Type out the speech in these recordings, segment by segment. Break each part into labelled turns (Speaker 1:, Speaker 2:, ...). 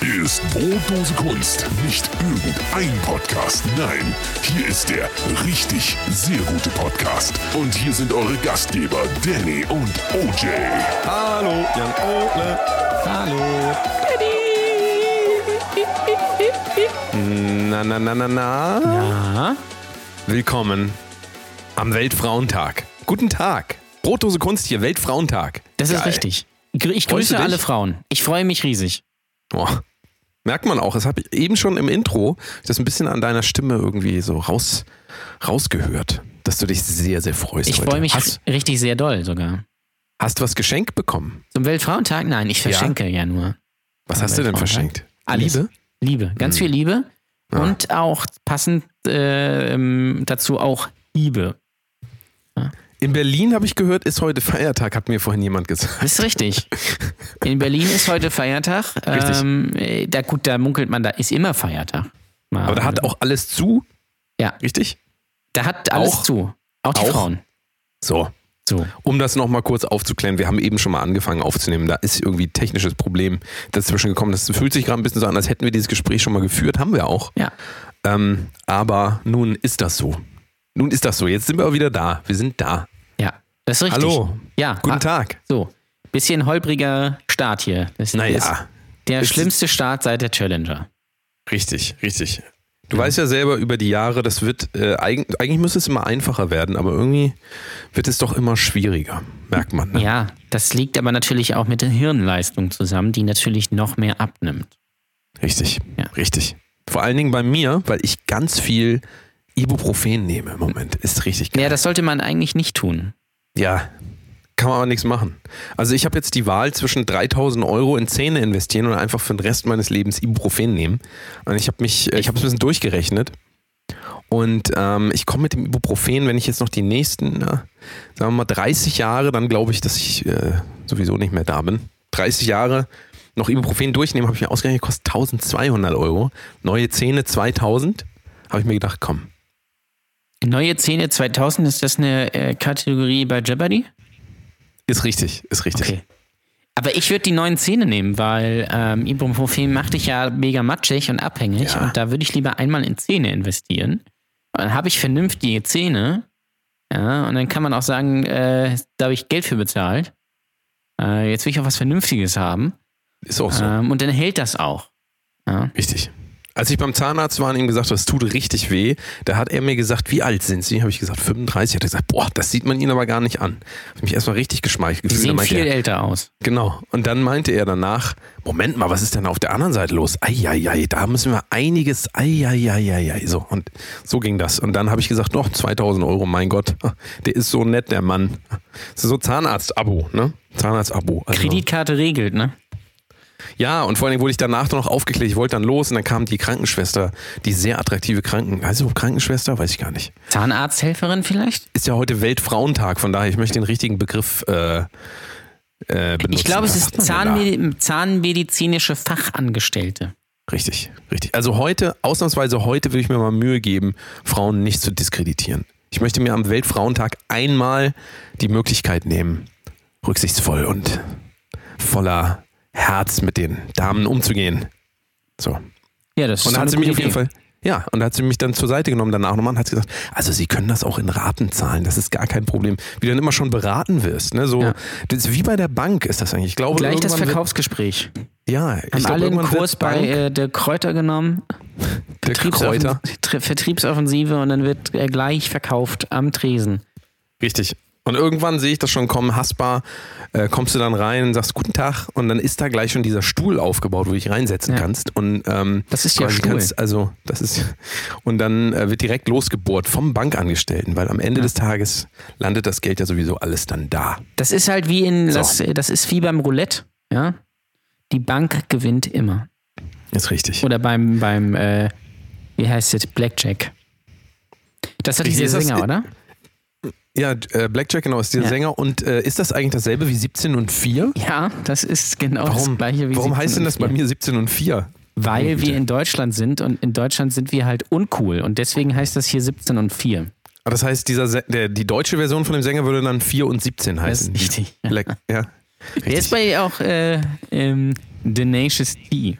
Speaker 1: Hier ist Brotdose Kunst. Nicht irgendein Podcast. Nein, hier ist der richtig sehr gute Podcast. Und hier sind eure Gastgeber Danny und OJ.
Speaker 2: Hallo, Jan Ole. Hallo. Na, na, na, na, na. Willkommen am Weltfrauentag. Guten Tag. Brotdose Kunst hier, Weltfrauentag.
Speaker 3: Das ist
Speaker 2: Geil.
Speaker 3: richtig. Gr- Ich
Speaker 2: Freust du
Speaker 3: grüße
Speaker 2: dich?
Speaker 3: alle Frauen. Ich freue mich riesig.
Speaker 2: Oh. Merkt man auch, das habe ich eben schon im Intro das ein bisschen an deiner Stimme irgendwie so raus, rausgehört, dass du dich sehr, sehr freust.
Speaker 3: Ich
Speaker 2: heute.
Speaker 3: freue mich
Speaker 2: Hast,
Speaker 3: richtig sehr doll sogar.
Speaker 2: hast du was geschenkt bekommen?
Speaker 3: Zum Weltfrauentag? Nein, ich verschenke ja, nur.
Speaker 2: Was
Speaker 3: Am
Speaker 2: hast du denn
Speaker 3: Weltfrauentag?
Speaker 2: verschenkt?
Speaker 3: Alles.
Speaker 2: Liebe? Hm. Ah.
Speaker 3: Liebe. Ganz viel Liebe.
Speaker 2: Ja.
Speaker 3: Und auch passend äh, ähm, dazu auch Liebe.
Speaker 2: In Berlin habe ich gehört, ist heute Feiertag, hat mir vorhin jemand gesagt.
Speaker 3: Das ist richtig. In Berlin ist heute Feiertag.
Speaker 2: Richtig.
Speaker 3: Ähm, äh, da gut, da munkelt man, da ist immer Feiertag.
Speaker 2: Aber da hat auch alles zu,
Speaker 3: ja,
Speaker 2: richtig?
Speaker 3: da hat alles
Speaker 2: auch-
Speaker 3: zu. Auch die
Speaker 2: auch-
Speaker 3: Frauen.
Speaker 2: So.
Speaker 3: So.
Speaker 2: Um das nochmal kurz aufzuklären, wir haben eben schon mal angefangen aufzunehmen. Da ist irgendwie ein technisches Problem dazwischen gekommen. Das fühlt sich gerade ein bisschen so an, als hätten wir dieses Gespräch schon mal geführt. Haben wir auch.
Speaker 3: Ja.
Speaker 2: Ähm, aber nun ist das so. Nun ist das so. Jetzt sind wir auch wieder da. Wir sind da.
Speaker 3: Ja. Das ist richtig.
Speaker 2: Hallo.
Speaker 3: Ja.
Speaker 2: Guten
Speaker 3: ah,
Speaker 2: Tag.
Speaker 3: So, bisschen holpriger Start hier. Das ist
Speaker 2: Naja,
Speaker 3: der
Speaker 2: Es ist-
Speaker 3: schlimmste Start seit der Challenger.
Speaker 2: richtig, richtig. Du weißt ja selber über die Jahre, das wird, äh, eigentlich, eigentlich müsste es immer einfacher werden, aber irgendwie wird es doch immer schwieriger, merkt man. Ne?
Speaker 3: Ja, das liegt aber natürlich auch mit der Hirnleistung zusammen, die natürlich noch mehr abnimmt.
Speaker 2: Richtig,
Speaker 3: Ja.
Speaker 2: richtig. Vor allen Dingen bei mir, weil ich ganz viel Ibuprofen nehme im Moment. Ist richtig geil.
Speaker 3: Ja, das sollte man eigentlich nicht tun.
Speaker 2: Ja, kann man aber nichts machen. Also ich habe jetzt die Wahl zwischen 3000 Euro in Zähne investieren und einfach für den Rest meines Lebens Ibuprofen nehmen. Und ich habe mich, äh, ich habe es ein bisschen durchgerechnet. Und ähm, ich komme mit dem Ibuprofen, wenn ich jetzt noch die nächsten, na, sagen wir mal 30 Jahre, dann glaube ich, dass ich äh, sowieso nicht mehr da bin. 30 Jahre noch Ibuprofen durchnehmen, habe ich mir ausgerechnet, kostet 1200 Euro. Neue Zähne 2000. Habe ich mir gedacht, komm.
Speaker 3: Neue Zähne 2000, ist das eine äh, Kategorie bei Jeopardy?
Speaker 2: Ist richtig, ist richtig.
Speaker 3: Okay. Aber ich würde die neuen Zähne nehmen, weil ähm, Ibuprofen macht dich ja mega matschig und abhängig.
Speaker 2: Ja.
Speaker 3: Und da würde ich lieber einmal in Zähne investieren. Und dann habe ich vernünftige Zähne. Ja, und dann kann man auch sagen, äh, da habe ich Geld für bezahlt. Äh, jetzt will ich auch was Vernünftiges haben.
Speaker 2: Ist auch so.
Speaker 3: Ähm, und dann hält das auch.
Speaker 2: Richtig. Als ich beim Zahnarzt war und ihm gesagt habe, es tut richtig weh, da hat er mir gesagt, wie alt sind Sie? Habe ich gesagt, 35. Hat er gesagt, boah, das sieht man Ihnen aber gar nicht an. Habe mich erstmal richtig geschmeichelt
Speaker 3: Die
Speaker 2: gefühlt. Dann
Speaker 3: sehen
Speaker 2: meinte
Speaker 3: viel
Speaker 2: er,
Speaker 3: älter aus.
Speaker 2: genau. Und dann meinte er danach, Moment mal, was ist denn auf der anderen Seite los? Eieiei, da müssen wir einiges, eieiei. So, und so ging das. Und dann habe ich gesagt, noch 2000 Euro, mein Gott, der ist so nett, der Mann. Das ist so Zahnarzt-Abo, ne? Zahnarzt-Abo. Also-
Speaker 3: Kreditkarte regelt, ne?
Speaker 2: ja, und vor allem wurde ich danach dann noch aufgeklärt. Ich wollte dann los und dann kam die Krankenschwester, die sehr attraktive Kranken. Also Krankenschwester, weiß ich gar nicht.
Speaker 3: Zahnarzthelferin vielleicht?
Speaker 2: Ist ja heute Weltfrauentag, von daher, ich möchte den richtigen Begriff äh, äh, benutzen.
Speaker 3: Ich glaube, es
Speaker 2: Was
Speaker 3: ist
Speaker 2: sagt man denn da?
Speaker 3: Zahnmedi zahnmedizinische Fachangestellte.
Speaker 2: Richtig, richtig. Also heute, ausnahmsweise heute, will ich mir mal Mühe geben, Frauen nicht zu diskreditieren. Ich möchte mir am Weltfrauentag einmal die Möglichkeit nehmen, rücksichtsvoll und voller Herz mit den Damen umzugehen. So.
Speaker 3: Ja, das ist
Speaker 2: Und
Speaker 3: so
Speaker 2: dann hat
Speaker 3: eine
Speaker 2: sie mich
Speaker 3: gute
Speaker 2: auf jeden
Speaker 3: Idee.
Speaker 2: Fall. Ja, und da hat sie mich dann zur Seite genommen danach nochmal und hat gesagt, also sie können das auch in Raten zahlen, das ist gar kein Problem. Wie du dann immer schon beraten wirst, ne? So,
Speaker 3: Ja.
Speaker 2: das ist wie bei der Bank ist das eigentlich. Ich glaube,
Speaker 3: Gleich das
Speaker 2: irgendwann
Speaker 3: Verkaufsgespräch.
Speaker 2: Wird, ja, ich
Speaker 3: Haben
Speaker 2: glaube,
Speaker 3: alle einen
Speaker 2: irgendwann
Speaker 3: Kurs
Speaker 2: wird Bank,
Speaker 3: bei äh, der Kräuter genommen.
Speaker 2: der Kräuter.
Speaker 3: Vertriebsoffen- Tri- Vertriebsoffensive und dann wird er gleich verkauft am Tresen.
Speaker 2: Richtig. Und irgendwann sehe ich das schon kommen, hassbar, äh, kommst du dann rein und sagst Guten Tag und dann ist da gleich schon dieser Stuhl aufgebaut, wo du dich reinsetzen
Speaker 3: Ja.
Speaker 2: kannst. Und ähm,
Speaker 3: Das ist ja
Speaker 2: quasi
Speaker 3: Stuhl.
Speaker 2: kannst, also das ist und dann äh, wird direkt losgebohrt vom Bankangestellten, weil am Ende des Tages landet das Geld ja sowieso alles dann da.
Speaker 3: Das ist halt wie in
Speaker 2: So.
Speaker 3: das, das ist wie beim Roulette, ja. Die Bank gewinnt immer.
Speaker 2: Ist richtig.
Speaker 3: Oder beim, beim äh, wie heißt es, Blackjack. Das hat
Speaker 2: Wie
Speaker 3: dieser
Speaker 2: ist das?
Speaker 3: Sänger, oder?
Speaker 2: ja, äh, Blackjack genau ist der
Speaker 3: Ja.
Speaker 2: Sänger und äh, ist das eigentlich dasselbe wie 17 und 4?
Speaker 3: Ja, das ist genau das
Speaker 2: Warum?
Speaker 3: gleiche wie
Speaker 2: Warum
Speaker 3: 17
Speaker 2: heißt denn
Speaker 3: und
Speaker 2: das bei
Speaker 3: 4?
Speaker 2: mir 17 und 4?
Speaker 3: Weil wir in Deutschland sind und in Deutschland sind wir halt uncool und deswegen heißt das hier 17 und 4.
Speaker 2: Ah, Das heißt, dieser, Sä- der, die deutsche Version von dem Sänger würde dann 4 und 17
Speaker 3: Das
Speaker 2: heißen.
Speaker 3: ist richtig.
Speaker 2: Black, ja.
Speaker 3: Der ist bei auch äh, ähm, Tenacious D.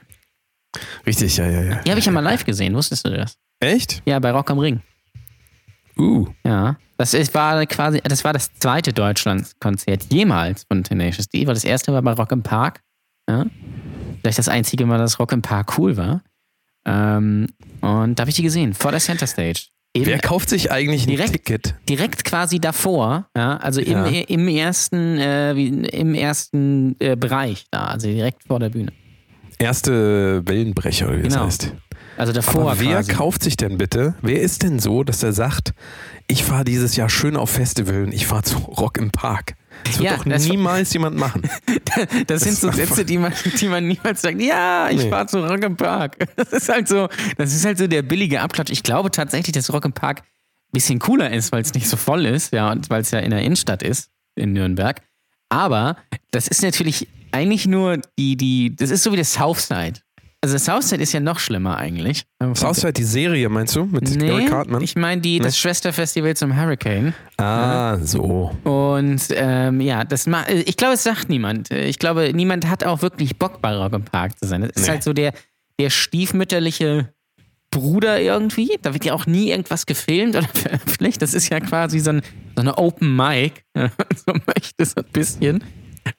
Speaker 2: Richtig, ja, ja, ja.
Speaker 3: Die habe ich ja mal live gesehen, wusstest du das?
Speaker 2: Echt?
Speaker 3: Ja, bei Rock am Ring.
Speaker 2: Uh.
Speaker 3: Ja. Das ist, war quasi, das war das zweite Deutschland-Konzert jemals von Tenacious D, weil das erste war bei Rock im Park. Ja? Vielleicht das einzige Mal, dass Rock im Park cool war. Ähm, und da habe ich die gesehen, vor der Center Stage. Eben
Speaker 2: Wer kauft sich eigentlich ein
Speaker 3: Direkt-
Speaker 2: Ticket?
Speaker 3: direkt quasi davor, ja, also im,
Speaker 2: Ja.
Speaker 3: im ersten, äh, wie, im ersten äh, Bereich da, also direkt vor der Bühne.
Speaker 2: Erste Wellenbrecher, oder wie
Speaker 3: Genau.
Speaker 2: das heißt.
Speaker 3: Also davor
Speaker 2: Aber wer
Speaker 3: quasi.
Speaker 2: kauft sich denn bitte? Wer ist denn so, dass er sagt, ich fahre dieses Jahr schön auf Festival und ich fahre zu Rock im Park? Das wird
Speaker 3: Ja,
Speaker 2: doch
Speaker 3: das-
Speaker 2: niemals jemand machen.
Speaker 3: Das sind
Speaker 2: ist
Speaker 3: so
Speaker 2: einfach-
Speaker 3: Sätze, die man, die man niemals sagt, ja, ich
Speaker 2: Nee.
Speaker 3: fahr zu Rock im Park. Das ist halt so, das ist halt so der billige Abklatsch. Ich glaube tatsächlich, dass Rock im Park ein bisschen cooler ist, weil es nicht so voll ist, ja, und weil es ja in der Innenstadt ist, in Nürnberg. Aber das ist natürlich eigentlich nur die, die, das ist so wie das Southside. Also das Southside ist ja noch schlimmer eigentlich.
Speaker 2: Southside, die Serie, meinst du? Mit Gary
Speaker 3: Nee,
Speaker 2: Cartman?
Speaker 3: ich meine die das Schwesterfestival zum Hurricane.
Speaker 2: ah, so.
Speaker 3: Und ähm, ja, das ma äh, ich glaube, es sagt niemand. Äh, Ich glaube, niemand hat auch wirklich Bock, bei Rock im Park zu sein. Das ist
Speaker 2: Nee.
Speaker 3: halt so der, der stiefmütterliche Bruder irgendwie. Da wird ja auch nie irgendwas gefilmt oder veröffentlicht. Das ist ja quasi so, ein, so eine Open Mic. Ja, so möchte es ein bisschen.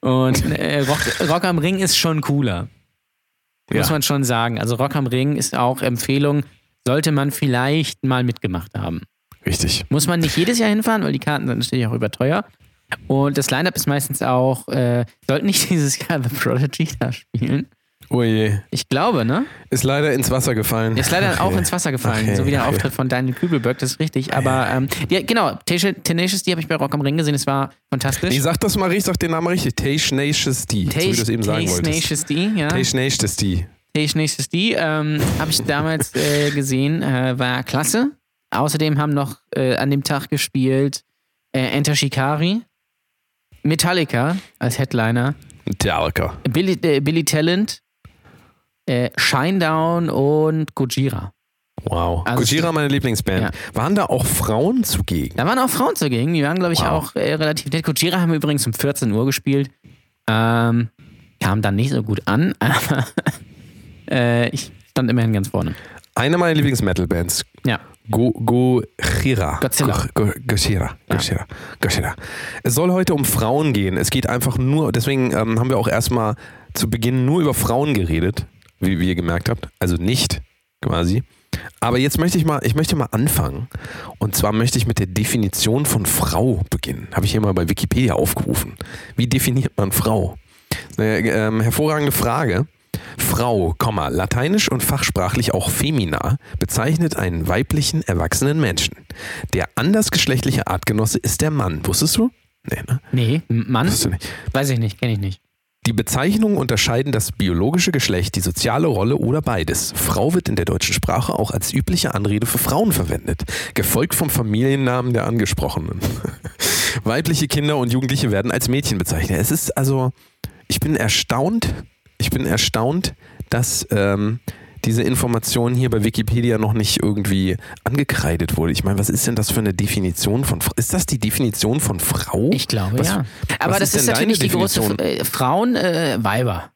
Speaker 3: Und äh, Rock, Rock am Ring ist schon cooler. Muss
Speaker 2: Ja.
Speaker 3: man schon sagen. Also Rock am Ring ist auch Empfehlung, sollte man vielleicht mal mitgemacht haben.
Speaker 2: Richtig.
Speaker 3: Muss man nicht jedes Jahr hinfahren, weil die Karten sind natürlich auch überteuer. Und das Line-Up ist meistens auch, äh, sollten nicht dieses Jahr The Prodigy da spielen.
Speaker 2: Oh je.
Speaker 3: Ich glaube, ne?
Speaker 2: Ist leider ins Wasser gefallen.
Speaker 3: Der ist leider
Speaker 2: Okay.
Speaker 3: auch ins Wasser gefallen,
Speaker 2: Okay,
Speaker 3: so wie der
Speaker 2: okay.
Speaker 3: Auftritt von Daniel Kübelberg, das ist richtig. Aber ähm, ja, genau, Tenacious- Tenacious, die habe ich bei Rock am Ring gesehen, es war fantastisch.
Speaker 2: Nee, sag das mal richtig, sag den Namen richtig. Tenacious D, so wie du es eben sagen wolltest.
Speaker 3: Tenacious D, ja.
Speaker 2: Tenacious D.
Speaker 3: Tenacious D ähm, habe ich damals äh, gesehen, äh, war klasse. Außerdem haben noch äh, an dem Tag gespielt äh, Enter Shikari, Metallica als Headliner,
Speaker 2: Metallica.
Speaker 3: Billy, äh, Billy Talent, äh, Shinedown und Gojira.
Speaker 2: Wow.
Speaker 3: Also-
Speaker 2: Gojira, meine Lieblingsband.
Speaker 3: Ja.
Speaker 2: Waren da auch Frauen zugegen?
Speaker 3: Da waren auch Frauen zugegen, die waren, glaube ich,
Speaker 2: Wow.
Speaker 3: auch äh, relativ nett. Gojira haben übrigens um 14 Uhr gespielt. Ähm, kam dann nicht so gut an, aber äh, ich stand immerhin ganz vorne.
Speaker 2: Eine meiner Lieblings-Metal-Bands.
Speaker 3: Ja.
Speaker 2: Go, Gojira.
Speaker 3: Godzilla.
Speaker 2: Go, Go, Gojira. Gojira. Gojira. Es soll heute um Frauen gehen. Es geht einfach nur, deswegen ähm, haben wir auch erstmal zu Beginn nur über Frauen geredet, wie, wie ihr gemerkt habt. Also nicht quasi. Aber jetzt möchte ich mal, ich möchte mal anfangen. Und zwar möchte ich mit der Definition von Frau beginnen. Habe ich hier mal bei Wikipedia aufgerufen. Wie definiert man Frau? Eine, ähm, hervorragende Frage. Frau, Komma, lateinisch und fachsprachlich auch femina, bezeichnet einen weiblichen, erwachsenen Menschen. Der andersgeschlechtliche Artgenosse ist der Mann. Wusstest du? Nee, ne?
Speaker 3: Nee, Mann?
Speaker 2: Wusstest du nicht.
Speaker 3: Weiß ich nicht, kenne ich nicht.
Speaker 2: Die Bezeichnungen unterscheiden das biologische Geschlecht, die soziale Rolle oder beides. Frau wird in der deutschen Sprache auch als übliche Anrede für Frauen verwendet, gefolgt vom Familiennamen der Angesprochenen. Weibliche Kinder und Jugendliche werden als Mädchen bezeichnet. Es ist also, ich bin erstaunt, ich bin erstaunt, dass ähm, diese Information hier bei Wikipedia noch nicht irgendwie angekreidet wurde. Ich meine, was ist denn das für eine Definition von Frau? Ist das die Definition von Frau?
Speaker 3: Ich glaube,
Speaker 2: Was-
Speaker 3: ja. Aber
Speaker 2: was
Speaker 3: das
Speaker 2: ist
Speaker 3: ist,
Speaker 2: denn deine
Speaker 3: natürlich die große
Speaker 2: Definition?
Speaker 3: F- äh, Frauen, äh, Weiber.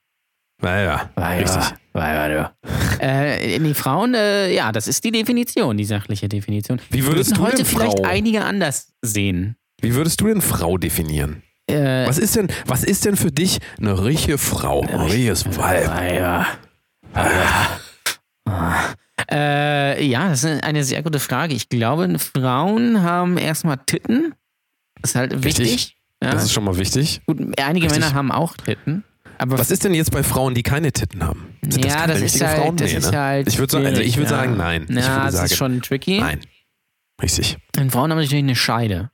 Speaker 2: Naja, richtig.
Speaker 3: Weiber, du. Äh, nee, Frauen, äh, ja, das ist die Definition, die sachliche Definition.
Speaker 2: Wie würdest
Speaker 3: Würden
Speaker 2: du
Speaker 3: heute
Speaker 2: denn
Speaker 3: vielleicht
Speaker 2: Frau-
Speaker 3: einige anders sehen.
Speaker 2: Wie würdest du denn Frau definieren?
Speaker 3: Äh,
Speaker 2: Was ist denn, was ist denn für dich eine richtige Frau? Oh, Ein richtiges Weib.
Speaker 3: Weiber. Äh, ja, das ist eine sehr gute Frage. Ich glaube, Frauen haben erstmal Titten. Das ist halt
Speaker 2: Richtig.
Speaker 3: wichtig. Ja.
Speaker 2: Das ist schon mal wichtig.
Speaker 3: Gut, einige
Speaker 2: richtig.
Speaker 3: Männer haben auch Titten. Aber
Speaker 2: Was ist denn jetzt bei Frauen, die keine Titten haben? Sind
Speaker 3: ja,
Speaker 2: keine
Speaker 3: das ist
Speaker 2: richtigen
Speaker 3: halt,
Speaker 2: Frauen?
Speaker 3: das
Speaker 2: Nee,
Speaker 3: ist
Speaker 2: ne?
Speaker 3: halt.
Speaker 2: ich würde sagen, also ich
Speaker 3: schwierig,
Speaker 2: würde
Speaker 3: ja.
Speaker 2: sagen, nein.
Speaker 3: Ja,
Speaker 2: ich würde
Speaker 3: das
Speaker 2: sagen,
Speaker 3: ist schon tricky.
Speaker 2: nein. Richtig,
Speaker 3: Und Frauen haben natürlich eine Scheide.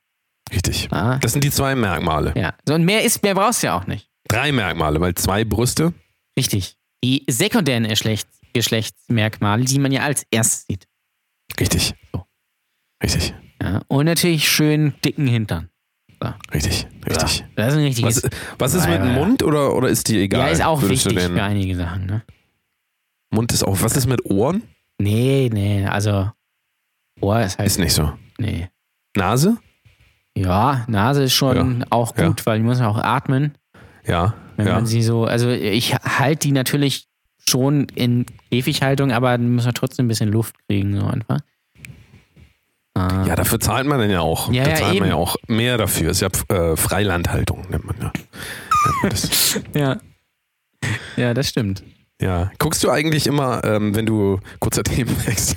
Speaker 2: richtig.
Speaker 3: Ah.
Speaker 2: Das sind die zwei Merkmale.
Speaker 3: Ja. So, und mehr ist, mehr brauchst du ja auch nicht.
Speaker 2: Drei Merkmale, weil zwei Brüste.
Speaker 3: Richtig. Die sekundären Geschlechts Geschlechtsmerkmale, die man ja als erstes sieht.
Speaker 2: Richtig.
Speaker 3: So.
Speaker 2: Richtig,
Speaker 3: Ja. Und natürlich schön dicken Hintern.
Speaker 2: richtig, richtig.
Speaker 3: Das ist ein richtiges.
Speaker 2: Was, was ist mit dem Mund oder, oder ist die egal?
Speaker 3: ja, ist auch
Speaker 2: Würdest du
Speaker 3: wichtig für
Speaker 2: den-
Speaker 3: einige Sachen, ne?
Speaker 2: Mund ist auch. Was ist mit Ohren?
Speaker 3: Nee, nee, also. Ohr ist halt.
Speaker 2: Ist nicht so.
Speaker 3: Nee.
Speaker 2: Nase?
Speaker 3: Ja, Nase ist schon auch
Speaker 2: Ja.
Speaker 3: gut, weil die muss ja auch atmen.
Speaker 2: Ja.
Speaker 3: Wenn
Speaker 2: ja.
Speaker 3: man sie so, also ich halte die natürlich schon in Käfighaltung, aber dann muss man trotzdem ein bisschen Luft kriegen, so einfach. Ah.
Speaker 2: Ja, dafür zahlt man dann ja auch.
Speaker 3: Ja,
Speaker 2: da
Speaker 3: ja,
Speaker 2: zahlt
Speaker 3: eben.
Speaker 2: man ja auch mehr dafür. Ist ja äh, Freilandhaltung, nennt man ja. Nennt man das.
Speaker 3: Ja. Ja, das stimmt.
Speaker 2: Ja. Guckst du eigentlich immer, ähm, wenn du, kurzer Themenwechsel,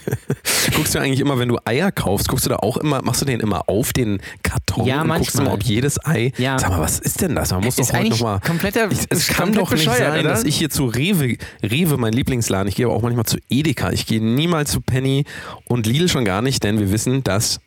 Speaker 2: guckst du eigentlich immer, wenn du Eier kaufst, guckst du da auch immer, machst du den immer auf, den Karton
Speaker 3: Ja,
Speaker 2: und guckst
Speaker 3: manchmal.
Speaker 2: immer, ob jedes Ei,
Speaker 3: Ja.
Speaker 2: sag mal, was ist denn das? Man muss doch heute nochmal,
Speaker 3: kompletter.
Speaker 2: ich, es kann doch nicht sein, dass ich hier zu Rewe, Rewe mein Lieblingsladen, ich gehe aber auch manchmal zu Edeka, ich gehe niemals zu Penny und Lidl schon gar nicht, denn wir wissen, das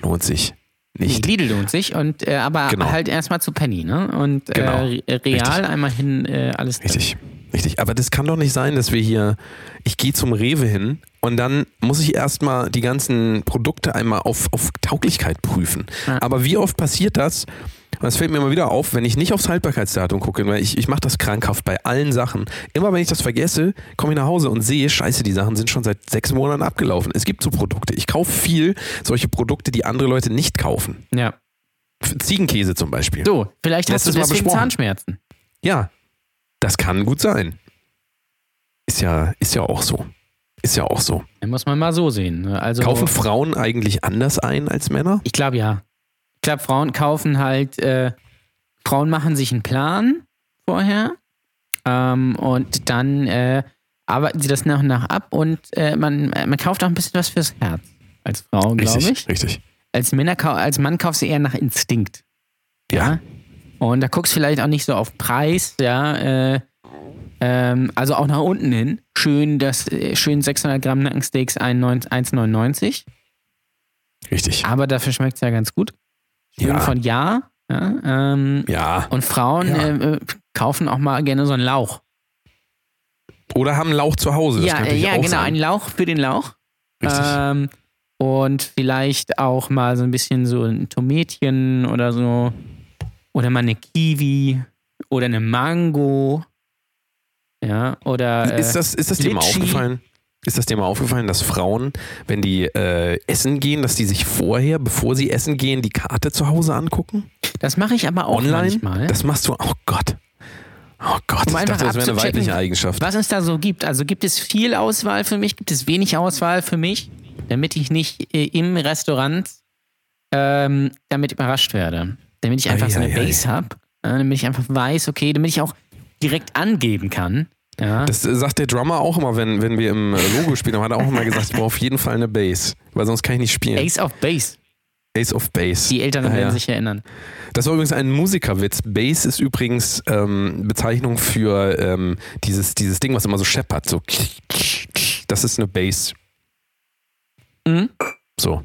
Speaker 2: lohnt sich nicht.
Speaker 3: Lidl lohnt sich und äh, aber
Speaker 2: Genau.
Speaker 3: halt erstmal zu Penny, ne? Und
Speaker 2: Genau.
Speaker 3: äh, Re- real
Speaker 2: Richtig.
Speaker 3: einmal hin äh, alles. drin.
Speaker 2: Richtig, richtig. Aber das kann doch nicht sein, dass wir hier, ich gehe zum Rewe hin und dann muss ich erstmal die ganzen Produkte einmal auf, auf Tauglichkeit prüfen.
Speaker 3: Ja.
Speaker 2: Aber wie oft passiert das? Und Das fällt mir immer wieder auf, wenn ich nicht aufs Haltbarkeitsdatum gucke, weil ich, ich mache das krankhaft bei allen Sachen. Immer wenn ich das vergesse, komme ich nach Hause und sehe, scheiße, die Sachen sind schon seit sechs Monaten abgelaufen. Es gibt so Produkte. Ich kaufe viel solche Produkte, die andere Leute nicht kaufen.
Speaker 3: Ja.
Speaker 2: Ziegenkäse zum Beispiel.
Speaker 3: So, vielleicht hast
Speaker 2: Letztes
Speaker 3: du
Speaker 2: Mal
Speaker 3: deswegen
Speaker 2: besprochen.
Speaker 3: Zahnschmerzen.
Speaker 2: Ja, das kann gut sein. Ist ja, ist ja auch so. Ist ja auch so.
Speaker 3: Dann muss man mal so sehen. ne? Also
Speaker 2: Kaufen Frauen eigentlich anders ein als Männer?
Speaker 3: Ich glaube ja. Ich glaube, Frauen kaufen halt, äh, Frauen machen sich einen Plan vorher ähm, und dann äh, arbeiten sie das nach und nach ab und äh, man, man kauft auch ein bisschen was fürs Herz als Frau, glaube
Speaker 2: Richtig,
Speaker 3: ich.
Speaker 2: richtig.
Speaker 3: Als, Männer, kau- als Mann kaufst du eher nach Instinkt.
Speaker 2: Ja.
Speaker 3: Und da guckst vielleicht auch nicht so auf Preis, ja. Äh, ähm, also auch nach unten hin. Schön, das, äh, schön 600 Gramm Nackensteaks 1,9 1,99.
Speaker 2: richtig.
Speaker 3: Aber dafür schmeckt es ja ganz gut. Schön
Speaker 2: Ja.
Speaker 3: von ja. ja ähm,
Speaker 2: Ja.
Speaker 3: Und Frauen
Speaker 2: Ja.
Speaker 3: äh, äh, kaufen auch mal gerne so einen Lauch.
Speaker 2: Oder haben Lauch zu Hause. Das
Speaker 3: ja,
Speaker 2: kann
Speaker 3: äh,
Speaker 2: natürlich
Speaker 3: ja
Speaker 2: auch
Speaker 3: genau, einen
Speaker 2: Sein.
Speaker 3: Lauch für den Lauch.
Speaker 2: Richtig.
Speaker 3: Ähm, und vielleicht auch mal so ein bisschen so ein Tomätchen oder so. Oder mal eine Kiwi oder eine Mango. Ja, oder. Äh,
Speaker 2: ist das, ist das dir mal
Speaker 3: Litschi.
Speaker 2: aufgefallen? Ist das dir mal aufgefallen, dass Frauen, wenn die äh, essen gehen, dass die sich vorher, bevor sie essen gehen, die Karte zu Hause angucken?
Speaker 3: das mache ich aber auch
Speaker 2: Online?
Speaker 3: manchmal.
Speaker 2: Das machst du. Oh Gott. Oh Gott,
Speaker 3: Um
Speaker 2: ich dachte,
Speaker 3: einfach
Speaker 2: das wäre eine
Speaker 3: abzuchecken,
Speaker 2: weibliche Eigenschaft.
Speaker 3: was es da so gibt. Also gibt es viel Auswahl für mich, gibt es wenig Auswahl für mich, damit ich nicht äh, im Restaurant ähm, damit überrascht werde. Damit ich einfach so eine
Speaker 2: Ei, ei, ei.
Speaker 3: Base habe, äh, damit ich einfach weiß, okay, damit ich auch direkt angeben kann. Ja,
Speaker 2: Das äh, sagt der Drummer auch immer, wenn, wenn wir im äh, Logo spielen, haben, hat er auch immer gesagt, ich brauche auf jeden Fall eine Bass, weil sonst kann ich nicht spielen. Ace,
Speaker 3: Ace of Base.
Speaker 2: of Bass.
Speaker 3: Die Eltern
Speaker 2: Ja,
Speaker 3: werden
Speaker 2: Ah, ja.
Speaker 3: sich erinnern.
Speaker 2: Das war übrigens ein Musikerwitz. Bass ist übrigens ähm, Bezeichnung für ähm, dieses, dieses Ding, was immer so scheppert. So. Das ist eine Bass.
Speaker 3: Mhm.
Speaker 2: So.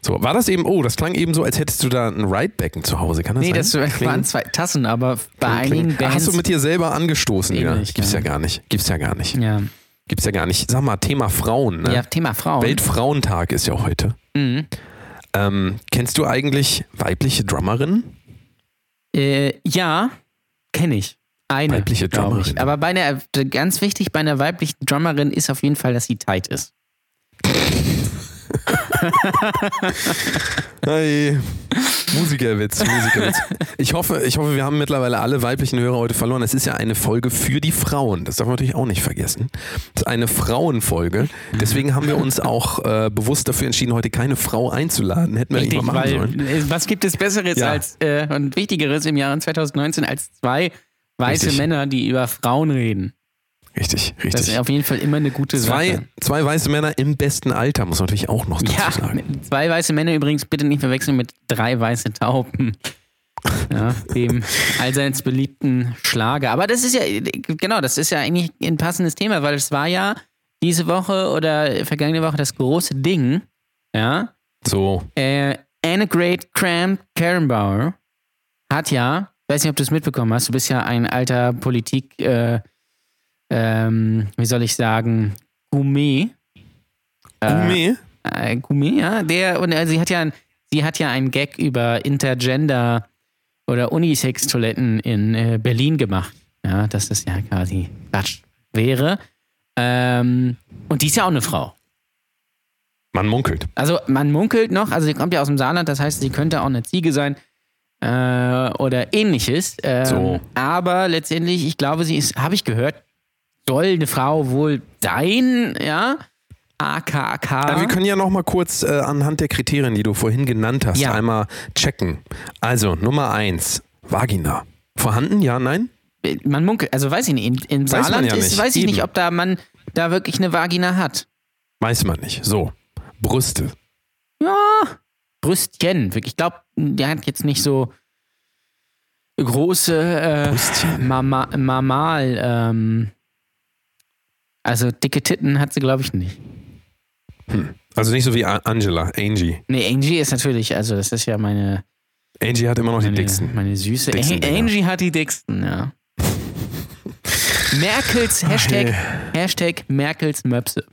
Speaker 2: So, war das eben, oh, das klang eben so, als hättest du da ein Ridebecken zu Hause, kann das
Speaker 3: Nee,
Speaker 2: sein?
Speaker 3: das waren
Speaker 2: Kling,
Speaker 3: zwei Tassen, aber
Speaker 2: kling,
Speaker 3: bei einigen
Speaker 2: kling. Ach,
Speaker 3: Bands.
Speaker 2: Hast du mit dir selber angestoßen, ja.
Speaker 3: Ähnlich,
Speaker 2: Gibt's
Speaker 3: ja.
Speaker 2: ja. gar nicht. Gibt's ja gar nicht.
Speaker 3: ja.
Speaker 2: Gibt's ja gar nicht. Sag mal, Thema Frauen, ne?
Speaker 3: ja, Thema Frauen.
Speaker 2: Weltfrauentag ist ja heute.
Speaker 3: Mhm.
Speaker 2: Ähm, kennst du eigentlich weibliche Drummerinnen?
Speaker 3: Äh, ja, kenne ich. Eine.
Speaker 2: Weibliche
Speaker 3: glaub
Speaker 2: Drummerin.
Speaker 3: Ich. Aber bei einer, ganz wichtig, bei einer weiblichen Drummerin ist auf jeden Fall, dass sie tight ist.
Speaker 2: Hey. Musikerwitz, Musikerwitz. Ich hoffe, ich hoffe, wir haben mittlerweile alle weiblichen Hörer heute verloren. Es ist ja eine Folge für die Frauen. Das darf man natürlich auch nicht vergessen. Es ist eine Frauenfolge. Deswegen haben wir uns auch äh, bewusst dafür entschieden, heute keine Frau einzuladen. Hätten wir
Speaker 3: Richtig,
Speaker 2: irgendwann machen
Speaker 3: weil
Speaker 2: sollen.
Speaker 3: äh, was gibt es Besseres
Speaker 2: Ja.
Speaker 3: als äh, und Wichtigeres im Jahre 2019 als zwei weiße
Speaker 2: Richtig.
Speaker 3: Männer, die über Frauen reden?
Speaker 2: Richtig,
Speaker 3: Das ist
Speaker 2: richtig.
Speaker 3: auf jeden Fall immer eine gute
Speaker 2: Zwei,
Speaker 3: Sache.
Speaker 2: zwei weiße Männer im besten Alter, muss man natürlich auch noch dazu
Speaker 3: Ja,
Speaker 2: sagen.
Speaker 3: zwei weiße Männer übrigens bitte nicht verwechseln mit drei weiße Tauben. Ja, dem allseits beliebten Schlager. Aber das ist ja, genau, das ist ja eigentlich ein passendes Thema, weil es war ja diese Woche oder vergangene Woche das große Ding. Ja.
Speaker 2: So,
Speaker 3: Äh, Anna Great Cram Karrenbauer hat ja, ich weiß nicht, ob du es mitbekommen hast, du bist ja ein alter Politik, äh, ähm, wie soll ich sagen, Gourmet.
Speaker 2: Gourmet.
Speaker 3: Äh, Gourmet, ja. Der, und äh, sie hat ja ein, sie hat ja einen Gag über Intergender oder Unisex-Toiletten in äh, Berlin gemacht. Ja, dass das ja quasi Quatsch wäre. Ähm, und die ist ja auch eine Frau.
Speaker 2: Man munkelt.
Speaker 3: Also man munkelt noch, also sie kommt ja aus dem Saarland, das heißt, sie könnte auch eine Ziege sein äh, oder ähnliches. Ähm,
Speaker 2: So.
Speaker 3: Aber letztendlich, ich glaube, sie ist, habe ich gehört, soll eine Frau wohl dein, ja? AKK.
Speaker 2: Aber wir können ja noch mal kurz äh, anhand der Kriterien, die du vorhin genannt hast,
Speaker 3: Ja.
Speaker 2: einmal checken. Also Nummer eins, Vagina. Vorhanden? Ja, nein?
Speaker 3: man munkelt, also weiß ich nicht, in, in
Speaker 2: Weiß man
Speaker 3: Saarland
Speaker 2: ja
Speaker 3: ist,
Speaker 2: nicht,
Speaker 3: weiß ich nicht,
Speaker 2: eben.
Speaker 3: ob da man da wirklich eine Vagina hat.
Speaker 2: Weiß man nicht. So, Brüste.
Speaker 3: Brüstchen, wirklich. Ich glaube, der hat jetzt nicht so große äh,
Speaker 2: Brüstchen.
Speaker 3: Mama, Mamal, ähm, also dicke Titten hat sie, glaube ich, nicht.
Speaker 2: Also nicht so wie A- Angela, Angie.
Speaker 3: Nee, Angie ist natürlich, also das ist ja meine,
Speaker 2: Angie hat immer noch die
Speaker 3: meine,
Speaker 2: dicksten.
Speaker 3: meine süße.
Speaker 2: Dicksten,
Speaker 3: An-
Speaker 2: ja.
Speaker 3: Angie hat die dicksten, ja. Merkels Hashtag, Hashtag Merkels Möpse.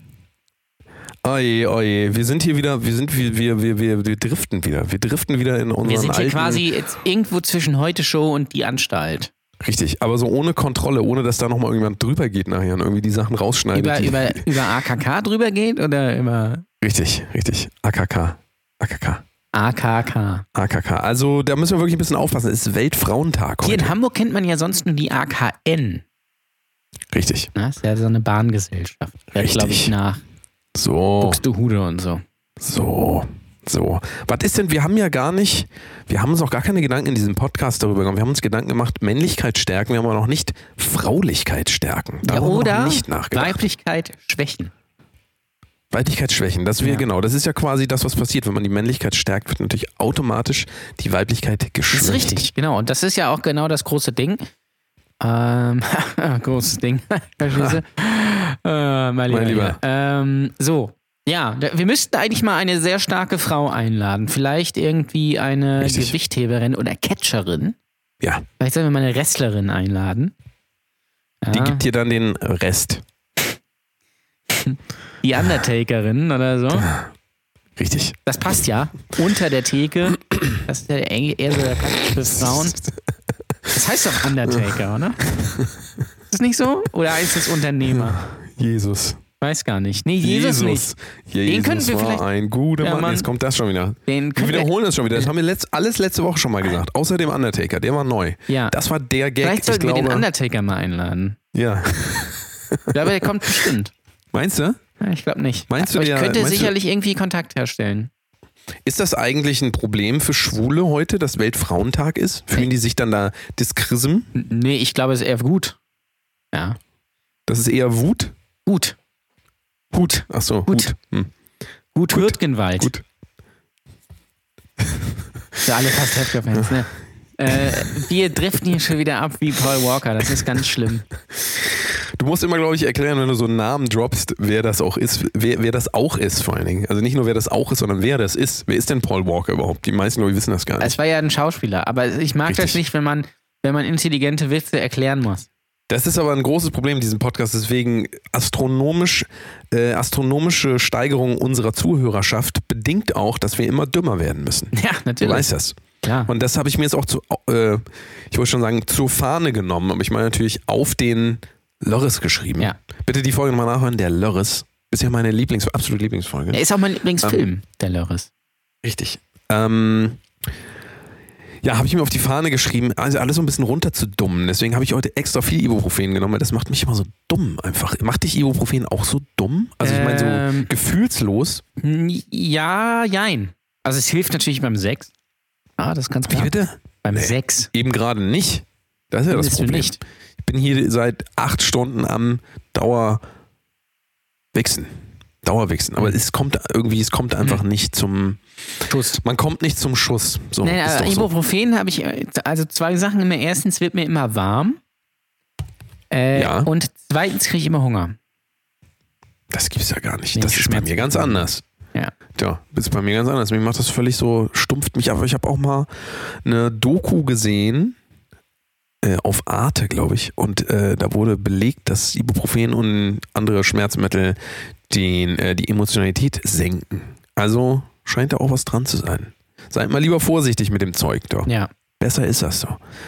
Speaker 2: Oje, oje, wir sind hier wieder, wir sind, wir, wir, wir, wir, wir driften wieder. Wir driften wieder in unseren
Speaker 3: Wir sind hier
Speaker 2: alten,
Speaker 3: quasi jetzt irgendwo zwischen heute Show und die Anstalt.
Speaker 2: Richtig, aber so ohne Kontrolle, ohne dass da nochmal irgendjemand drüber geht nachher und irgendwie die Sachen rausschneidet.
Speaker 3: Über,
Speaker 2: die,
Speaker 3: über, über AKK drüber geht oder über
Speaker 2: richtig, richtig. AKK. AKK.
Speaker 3: AKK?
Speaker 2: AKK. Also da müssen wir wirklich ein bisschen aufpassen. Es ist Weltfrauentag
Speaker 3: Hier
Speaker 2: heute.
Speaker 3: in Hamburg kennt man ja sonst nur die AKN.
Speaker 2: Richtig.
Speaker 3: Ne? Ist ja so eine Bahngesellschaft. Fährt,
Speaker 2: Richtig. Oh.
Speaker 3: glaube ich, nach
Speaker 2: So,
Speaker 3: Buxtehude und so.
Speaker 2: so, so. Was ist denn, wir haben ja gar nicht, wir haben uns auch gar keine Gedanken in diesem Podcast darüber gemacht. Wir haben uns Gedanken gemacht, Männlichkeit stärken, wir haben aber noch nicht Fraulichkeit stärken. Da
Speaker 3: Ja,
Speaker 2: haben wir noch
Speaker 3: oder
Speaker 2: nicht nachgedacht.
Speaker 3: Weiblichkeit schwächen.
Speaker 2: Weiblichkeitsschwächen, das wäre
Speaker 3: Ja.
Speaker 2: genau, das ist ja quasi das, was passiert. Wenn man die Männlichkeit stärkt, wird natürlich automatisch die Weiblichkeit
Speaker 3: Das
Speaker 2: geschwächt.
Speaker 3: ist richtig, genau. Und das ist ja auch genau das große Ding. Ähm, großes Ding. Verstehst du? äh, mein Lieber.
Speaker 2: Mein Lieber.
Speaker 3: Ähm, so. Ja, da- wir müssten eigentlich mal eine sehr starke Frau einladen. Vielleicht irgendwie eine
Speaker 2: Richtig.
Speaker 3: Gewichtheberin oder Catcherin.
Speaker 2: Ja,
Speaker 3: Vielleicht sollen wir mal eine Wrestlerin einladen. Ja,
Speaker 2: die gibt dir dann den Rest.
Speaker 3: die Undertakerin oder so.
Speaker 2: Richtig.
Speaker 3: Das passt ja. Unter der Theke. Das ist ja eher eher so der Platz für Frauen. Das heißt doch Undertaker, oder? Ist das nicht so? Oder heißt das Unternehmer?
Speaker 2: Jesus.
Speaker 3: Weiß gar nicht. Nee, Jesus, nicht.
Speaker 2: Jesus den
Speaker 3: könnten wir
Speaker 2: war
Speaker 3: vielleicht-
Speaker 2: ein guter
Speaker 3: Ja,
Speaker 2: Mann.
Speaker 3: Mann.
Speaker 2: Jetzt kommt das schon wieder.
Speaker 3: Den
Speaker 2: Wir
Speaker 3: können wir-
Speaker 2: wiederholen das schon wieder. Das haben wir letzt, alles letzte Woche schon mal gesagt. Außer dem Undertaker, der war neu.
Speaker 3: Ja.
Speaker 2: Das war der Gag.
Speaker 3: Vielleicht
Speaker 2: ich
Speaker 3: sollten wir
Speaker 2: glaube,
Speaker 3: den Undertaker mal einladen.
Speaker 2: ja.
Speaker 3: Ich glaube, der kommt bestimmt.
Speaker 2: Meinst du?
Speaker 3: Ja, Ich glaube nicht.
Speaker 2: Meinst du,
Speaker 3: Aber ich
Speaker 2: der-
Speaker 3: könnte
Speaker 2: meinst du-
Speaker 3: sicherlich irgendwie Kontakt herstellen.
Speaker 2: Ist das eigentlich ein Problem für Schwule heute, dass Weltfrauentag ist? Fühlen die sich dann da diskrism?
Speaker 3: N- Nee, ich glaube, es ist eher gut. Ja.
Speaker 2: Das ist eher Wut?
Speaker 3: Gut.
Speaker 2: Hut. Ach so,
Speaker 3: Hut.
Speaker 2: Hut. Hm.
Speaker 3: Gut, Hürtgenwald.
Speaker 2: Gut.
Speaker 3: Für alle fast Hefker-Fans, ne? Äh, wir driften hier schon wieder ab wie Paul Walker. Das ist ganz schlimm.
Speaker 2: Du musst immer, glaube ich, erklären, wenn du so einen Namen droppst, wer das auch ist, wer, wer das auch ist vor allen Dingen. Also nicht nur wer das auch ist, sondern wer das ist. Wer ist denn Paul Walker überhaupt? Die meisten, glaube ich, wissen das gar nicht.
Speaker 3: Es war ja ein Schauspieler, aber ich mag das
Speaker 2: Richtig.
Speaker 3: nicht, wenn man, wenn man intelligente Witze erklären muss.
Speaker 2: Das ist aber ein großes Problem in diesem Podcast, deswegen astronomisch, äh, astronomische Steigerung unserer Zuhörerschaft bedingt auch, dass wir immer dümmer werden müssen.
Speaker 3: Ja,
Speaker 2: Du
Speaker 3: natürlich.
Speaker 2: weißt das.
Speaker 3: Klar.
Speaker 2: Und das habe ich mir jetzt auch zu, äh, ich wollte schon sagen, zur Fahne genommen, aber ich meine natürlich auf den Loris geschrieben.
Speaker 3: Ja.
Speaker 2: Bitte die Folge nochmal nachhören, der Loris. Bisher meine Lieblings, absolute Lieblingsfolge.
Speaker 3: er ist auch mein Lieblingsfilm,
Speaker 2: Ähm,
Speaker 3: der Loris.
Speaker 2: Richtig. Ähm, ja, habe ich mir auf die Fahne geschrieben, also alles so ein bisschen runterzudummen. Deswegen habe ich heute extra viel Ibuprofen genommen, weil das macht mich immer so dumm einfach. Macht dich Ibuprofen auch so dumm? Also ich meine so
Speaker 3: Ähm.
Speaker 2: gefühlslos.
Speaker 3: N- Ja, jein. Also es hilft natürlich beim Sex. Ah, das ist ganz
Speaker 2: Wie
Speaker 3: klar.
Speaker 2: bitte?
Speaker 3: Beim
Speaker 2: Nee.
Speaker 3: Sex.
Speaker 2: Eben gerade nicht. Das ist ja das
Speaker 3: Findest du
Speaker 2: Problem.
Speaker 3: nicht?
Speaker 2: Ich bin hier seit acht Stunden am Dauer wichsen. Dauerwichsen.
Speaker 3: Hm.
Speaker 2: Aber es kommt irgendwie, es kommt einfach nicht zum,
Speaker 3: Schuss.
Speaker 2: man kommt nicht zum Schuss. So,
Speaker 3: Nein,
Speaker 2: ist
Speaker 3: aber
Speaker 2: doch so.
Speaker 3: Ibuprofen habe ich, äh, also zwei Sachen immer. Erstens wird mir immer warm. Äh,
Speaker 2: Ja.
Speaker 3: Und zweitens kriege ich immer Hunger.
Speaker 2: Das gibt's ja gar nicht.
Speaker 3: Nee,
Speaker 2: das ist bei
Speaker 3: Schmerzen-
Speaker 2: mir ganz anders.
Speaker 3: Ja.
Speaker 2: Tja, ist bei mir ganz anders. Mir macht das völlig so, stumpft mich ab. Ich habe auch mal eine Doku gesehen, äh, auf Arte, glaube ich. Und äh, da wurde belegt, dass Ibuprofen und andere Schmerzmittel den, äh, die Emotionalität senken. Also scheint da auch was dran zu sein. Seid mal lieber vorsichtig mit dem Zeug, doch.
Speaker 3: Ja.
Speaker 2: Besser ist das so.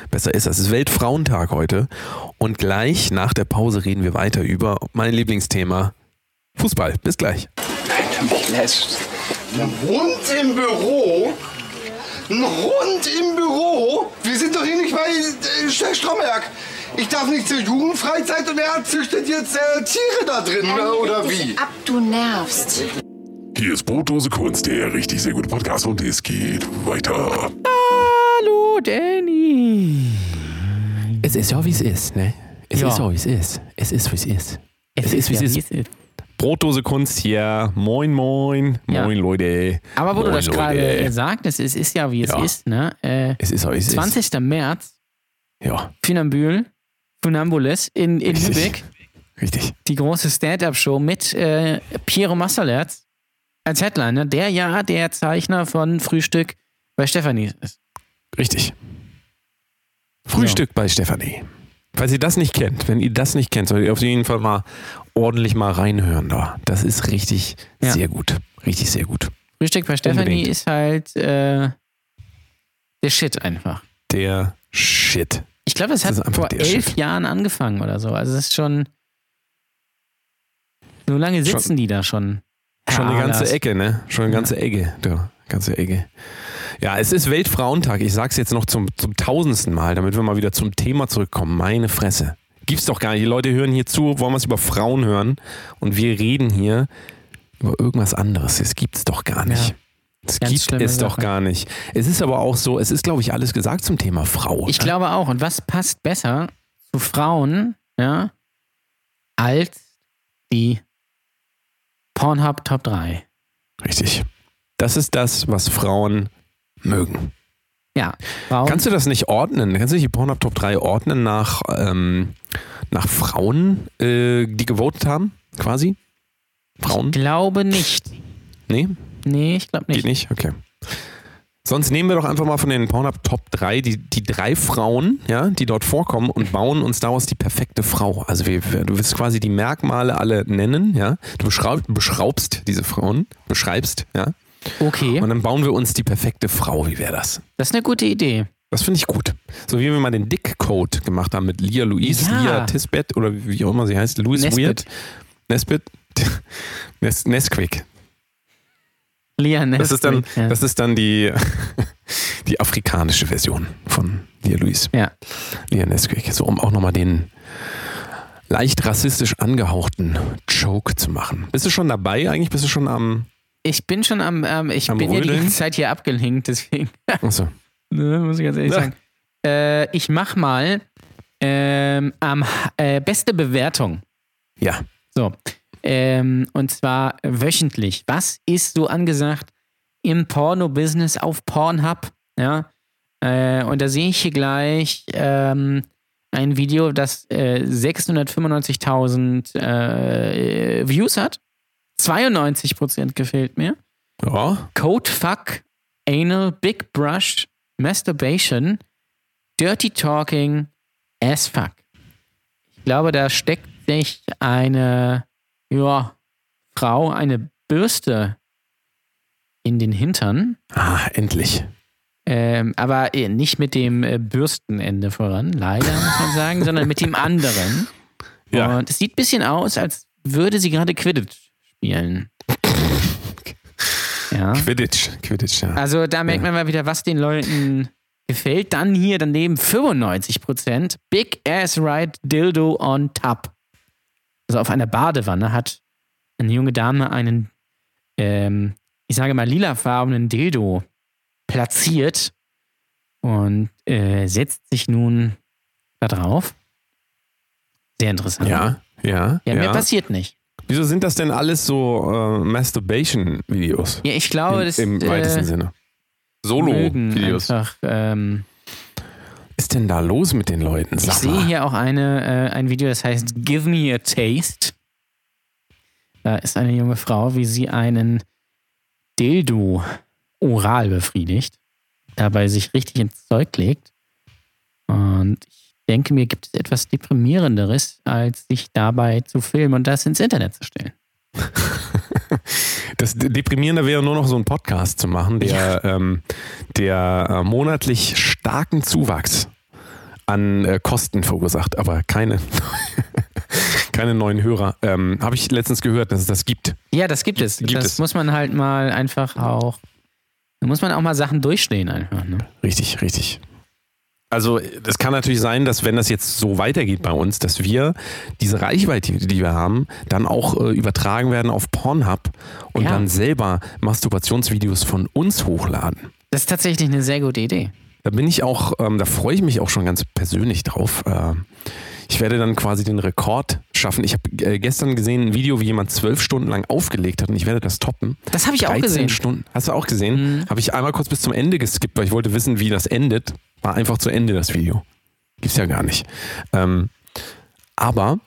Speaker 2: Besser ist das. Es ist Weltfrauentag heute. Und gleich nach der Pause reden wir weiter über mein Lieblingsthema. Fußball. Bis gleich.
Speaker 4: Hund im Büro? Ein Hund im Büro? Wir sind doch hier nicht bei äh, Stromberg. Ich darf nicht zur Jugendfreizeit und er züchtet jetzt äh, Tiere da drin, äh, oder
Speaker 5: Reg dich
Speaker 4: wie?
Speaker 5: Ab, du nervst.
Speaker 1: Hier ist Brotdose Kunst, der richtig sehr gute Podcast und es geht weiter.
Speaker 3: Hallo, Danny.
Speaker 2: Es ist ja, wie es ist, ne? Es
Speaker 3: Ja.
Speaker 2: ist ja, wie es ist. Es ist, wie es ist. Es ist, wie es ist. Brotdose Kunst hier. Moin, moin.
Speaker 3: Ja.
Speaker 2: Moin, Leute.
Speaker 3: Aber wo du
Speaker 2: Moin,
Speaker 3: das
Speaker 2: Leute.
Speaker 3: gerade sagtest, es ist ja, wie es
Speaker 2: Ja.
Speaker 3: ist, ne? Äh,
Speaker 2: Es ist ja, wie es
Speaker 3: 20. März,
Speaker 2: ist. Ja,
Speaker 3: Funambül, Funambules in, in
Speaker 2: Richtig.
Speaker 3: Lübeck,
Speaker 2: richtig.
Speaker 3: die große Stand-Up-Show mit äh, Piero Massalerz als Headliner, der ja der Zeichner von Frühstück bei Stefanie ist.
Speaker 2: Richtig. Frühstück bei Stefanie. Falls ihr das nicht kennt, wenn ihr das nicht kennt, solltet ihr auf jeden Fall mal ordentlich mal reinhören da. Das ist richtig
Speaker 3: Ja.
Speaker 2: sehr gut. Richtig sehr gut.
Speaker 3: Frühstück bei Stefanie
Speaker 2: Unbedingt.
Speaker 3: ist halt äh, der Shit einfach.
Speaker 2: Der Shit.
Speaker 3: Ich glaube, das
Speaker 2: Das
Speaker 3: hat
Speaker 2: ist einfach
Speaker 3: vor
Speaker 2: der
Speaker 3: elf
Speaker 2: Shit.
Speaker 3: Jahren angefangen oder so. Also es ist schon. So lange sitzen die da schon.
Speaker 2: Schon eine
Speaker 3: Ja,
Speaker 2: ganze
Speaker 3: Ah, das-
Speaker 2: Ecke, ne? Schon eine ganze Ecke. Ja, ganze Ecke. Ja, es ist Weltfrauentag. Ich sag's jetzt noch zum, zum tausendsten Mal, damit wir mal wieder zum Thema zurückkommen. Meine Fresse. Gibt's doch gar nicht. Die Leute hören hier zu, wollen was über Frauen hören. Und wir reden hier über irgendwas anderes. Es gibt's doch gar nicht.
Speaker 3: Ja.
Speaker 2: Es
Speaker 3: Ganz
Speaker 2: gibt
Speaker 3: schlimme
Speaker 2: es doch
Speaker 3: Sache.
Speaker 2: gar nicht. Es ist aber auch so, es ist, glaube ich, alles gesagt zum Thema Frau.
Speaker 3: Ich glaube auch. Und was passt besser zu Frauen, ja, als die Pornhub Top 3?
Speaker 2: Richtig. Das ist das, was Frauen mögen.
Speaker 3: Ja. Frauen,
Speaker 2: Kannst du das nicht ordnen? Kannst du nicht die Pornhub Top 3 ordnen nach, ähm, nach Frauen, äh, die gewotet haben, quasi? Frauen?
Speaker 3: ich glaube nicht.
Speaker 2: Nee,
Speaker 3: Nee, ich glaube nicht.
Speaker 2: geht nicht? Okay. Sonst nehmen wir doch einfach mal von den Pornhub Top 3 die, die drei Frauen, ja, die dort vorkommen und bauen uns daraus die perfekte Frau. Also wir, wir- du willst quasi die Merkmale alle nennen, ja. Du beschraub, beschraubst diese Frauen, beschreibst, ja.
Speaker 3: Okay,
Speaker 2: Und dann bauen wir uns die perfekte Frau. Wie wäre das?
Speaker 3: das ist eine gute Idee.
Speaker 2: Das finde ich gut. So wie wir mal den Dick-Code gemacht haben mit Lia Louise,
Speaker 3: Ja.
Speaker 2: Lia Tisbett oder wie auch immer sie heißt, Louis
Speaker 3: Nesbit.
Speaker 2: Weird. Nesbit. Nes Nesquik.
Speaker 3: Lia
Speaker 2: Das ist dann,
Speaker 3: ja.
Speaker 2: das ist dann die, die afrikanische Version von Lia Louise,
Speaker 3: ja.
Speaker 2: Lia Nesquik. So, um auch nochmal den leicht rassistisch angehauchten Joke zu machen. Bist du schon dabei eigentlich? Bist du schon am.
Speaker 3: Ich bin schon am, ähm, ich
Speaker 2: Am
Speaker 3: bin ja die
Speaker 2: Rödeln?
Speaker 3: ganze Zeit hier abgelenkt, deswegen
Speaker 2: Achso.
Speaker 3: ne, muss ich ganz ehrlich
Speaker 2: Ja.
Speaker 3: sagen. Äh, ich mach mal ähm, am äh, beste Bewertung.
Speaker 2: Ja.
Speaker 3: So. Ähm, und zwar wöchentlich. Was ist so angesagt im Porno-Business auf Pornhub? Ja. Äh, und da sehe ich hier gleich ähm, ein Video, das äh, 695.000 äh, Views hat. 92% gefällt mir.
Speaker 2: Ja.
Speaker 3: Codefuck, Anal, Big Brush, Masturbation, Dirty Talking, Ass Fuck. Ich glaube, da steckt sich eine ja, Frau, eine Bürste in den Hintern.
Speaker 2: Ah, endlich.
Speaker 3: Ähm, aber eh, nicht mit dem äh, Bürstenende voran, leider muss man sagen, sondern mit dem anderen.
Speaker 2: Ja.
Speaker 3: Und es sieht ein bisschen aus, als würde sie gerade Quidditch spielen. Ja.
Speaker 2: Quidditch. Quidditch, ja.
Speaker 3: Also da merkt man mal wieder, was den Leuten gefällt. Dann hier daneben 95%. Big Ass Ride Dildo on Top. Also auf einer Badewanne hat eine junge Dame einen, ähm, ich sage mal, lilafarbenen Dildo platziert und äh, setzt sich nun da drauf. Sehr interessant.
Speaker 2: ja. Ja.
Speaker 3: ja, mehr passiert nicht.
Speaker 2: Wieso sind das denn alles so äh, Masturbation-Videos?
Speaker 3: Ja, ich glaube,
Speaker 2: Im-
Speaker 3: das
Speaker 2: Im weitesten
Speaker 3: äh,
Speaker 2: Sinne.
Speaker 3: mögen
Speaker 2: Solo-Videos.
Speaker 3: einfach ähm,
Speaker 2: Was ist denn da los mit den Leuten?
Speaker 3: Ich
Speaker 2: Sag
Speaker 3: sehe
Speaker 2: mal.
Speaker 3: hier auch eine, äh, ein Video, das heißt Give Me a Taste. Da ist eine junge Frau, wie sie einen Dildo oral befriedigt, dabei sich richtig ins Zeug legt. Und ich denke mir, gibt es etwas Deprimierenderes, als sich dabei zu filmen und das ins Internet zu stellen.
Speaker 2: Das De- Deprimierende wäre nur noch so einen Podcast zu machen, der, ähm, der äh, monatlich starken Zuwachs an äh, Kosten verursacht, aber keine, keine neuen Hörer. Ähm, Habe ich letztens gehört, dass es das gibt.
Speaker 3: Ja, das gibt es.
Speaker 2: Gibt
Speaker 3: das
Speaker 2: es.
Speaker 3: muss man halt mal einfach auch. Da muss man auch mal Sachen durchstehen einfach. Ne?
Speaker 2: Richtig, richtig. Also es kann natürlich sein, dass wenn das jetzt so weitergeht bei uns, dass wir diese Reichweite, die wir haben, dann auch äh, übertragen werden auf Pornhub und
Speaker 3: Ja.
Speaker 2: dann selber Masturbationsvideos von uns hochladen.
Speaker 3: Das ist tatsächlich eine sehr gute Idee.
Speaker 2: Da bin ich auch, ähm, da freue ich mich auch schon ganz persönlich drauf. Äh, ich werde dann quasi den Rekord schaffen. Ich habe äh, gestern gesehen ein Video, wie jemand zwölf Stunden lang aufgelegt hat und ich werde das toppen.
Speaker 3: Das habe ich auch
Speaker 2: 13
Speaker 3: gesehen. Mhm.
Speaker 2: Stunden. Hast du auch gesehen? Habe ich einmal kurz bis zum Ende geskippt, weil ich wollte wissen, wie das endet. War einfach zu Ende das Video. Gibt's ja gar nicht. Ähm, aber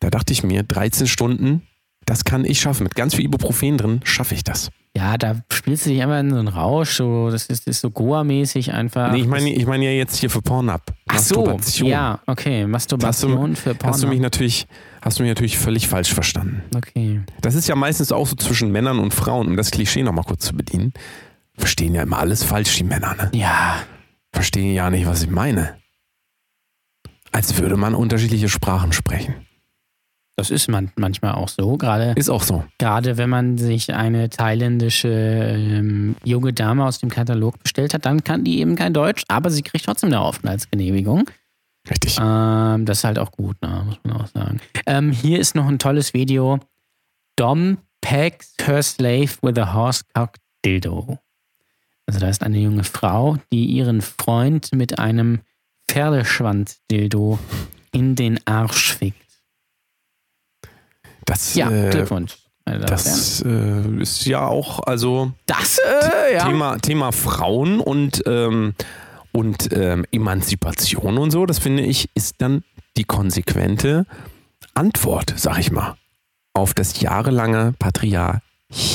Speaker 2: da dachte ich mir, 13 Stunden, das kann ich schaffen. Mit ganz viel Ibuprofen drin schaffe ich das.
Speaker 3: Ja, da spielst du dich einfach in so einen Rausch, so, das ist, ist so Goa-mäßig einfach.
Speaker 2: nee, ich meine ich meine ja jetzt hier für Pornhub.
Speaker 3: Ach so,
Speaker 2: Masturbation.
Speaker 3: ja, okay, Masturbation
Speaker 2: Hast
Speaker 3: für Porno.
Speaker 2: Hast du mich natürlich, hast du mich natürlich völlig falsch verstanden.
Speaker 3: okay.
Speaker 2: Das ist ja meistens auch so zwischen Männern und Frauen, um das Klischee nochmal kurz zu bedienen. Verstehen ja immer alles falsch, die Männer, ne?
Speaker 3: Ja,
Speaker 2: verstehen ja nicht, was ich meine. Als würde man unterschiedliche Sprachen sprechen.
Speaker 3: das ist man manchmal auch so, gerade
Speaker 2: Ist auch so.
Speaker 3: gerade wenn man sich eine thailändische ähm, junge Dame aus dem Katalog bestellt hat, dann kann die eben kein Deutsch, aber sie kriegt trotzdem eine Aufenthaltsgenehmigung.
Speaker 2: Richtig.
Speaker 3: Ähm, das ist halt auch gut, ne, muss man auch sagen. Ähm, hier ist noch ein tolles Video. Dom packs her slave with a horsecock dildo. Also da ist eine junge Frau, die ihren Freund mit einem Pferdeschwanz-Dildo in den Arsch fickt.
Speaker 2: Das,
Speaker 3: Ja,
Speaker 2: äh,
Speaker 3: Glückwunsch. meine Damen und Herren.
Speaker 2: das äh, ist ja auch, also
Speaker 3: das äh, ja.
Speaker 2: Thema, Thema Frauen und, ähm, und ähm, Emanzipation und so, das finde ich, ist dann die konsequente Antwort, sag ich mal, auf das jahrelange Patriarch.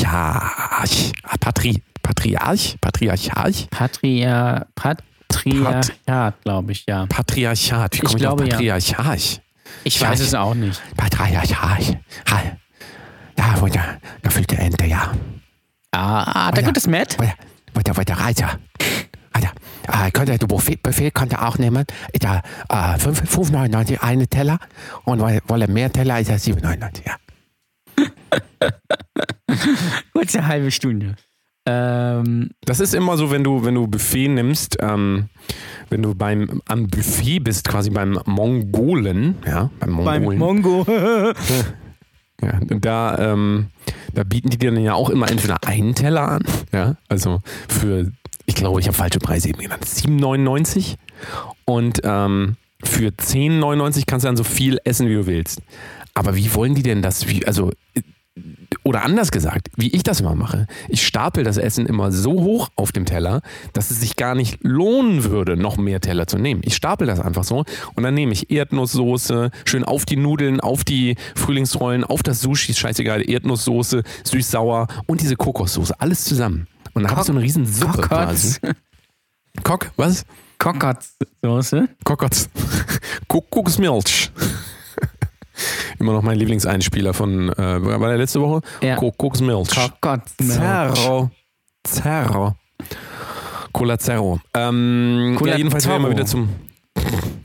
Speaker 2: Patri, Patriarch? Patriarch?
Speaker 3: Patria, Patriarchat, glaube ich, ja.
Speaker 2: Patriarchat. Wie
Speaker 3: Ich
Speaker 2: komme ich,
Speaker 3: glaube,
Speaker 2: auf
Speaker 3: ja.
Speaker 2: Patriarchat?
Speaker 3: Ich weiß es auch nicht.
Speaker 2: Patriarchat. Ha. Da wurde gefühlte Ente, ja.
Speaker 3: Ah, da
Speaker 2: ja. Oh
Speaker 3: kommt das Matt.
Speaker 2: Wurde, wurde, wurde Reiter. Alter, äh, könnt ihr den Buffet- Buffet könnt ihr auch nehmen. Ist ja äh, fünf- 5,99 eine Teller und wolle wolle mehr Teller ist ja 7,99. Ja.
Speaker 3: Kurze halbe Stunde. Ähm,
Speaker 2: Das ist immer so, wenn du, wenn du Buffet nimmst, ähm, wenn du beim, am Buffet bist, quasi beim Mongolen, ja, beim
Speaker 3: beim
Speaker 2: Mongolen.
Speaker 3: Mongo.
Speaker 2: Ja, und da, ähm, da bieten die dir dann ja auch immer entweder einen Teller an, ja, also für, ich glaube, ich habe falsche Preise eben genannt, 7,99 und ähm, für 10,99 kannst du dann so viel essen, wie du willst. Aber wie wollen die denn das, wie, also, äh, oder anders gesagt, wie ich das immer mache, ich stapel das Essen immer so hoch auf dem Teller, dass es sich gar nicht lohnen würde, noch mehr Teller zu nehmen. Ich stapel das einfach so und dann nehme ich Erdnusssoße, schön auf die Nudeln, auf die Frühlingsrollen, auf das Sushi, ist scheißegal, Erdnusssoße, süß-sauer und diese Kokossoße, alles zusammen. Und dann habe ich so eine riesen Suppe quasi.
Speaker 3: Kokotz.
Speaker 2: Kock, was?
Speaker 3: Kokotzsoße.
Speaker 2: Kokotz. Kokosmilch. Immer noch mein Lieblingseinspieler von, äh, war der letzte Woche?
Speaker 3: Ja.
Speaker 2: Kokosmilch.
Speaker 3: Kokotzmilch.
Speaker 2: Zerro. Zerro. Cola Zerro. Ähm,
Speaker 3: Cola
Speaker 2: ja, jedenfalls, wenn ihr mal
Speaker 3: Zorro.
Speaker 2: wieder zum.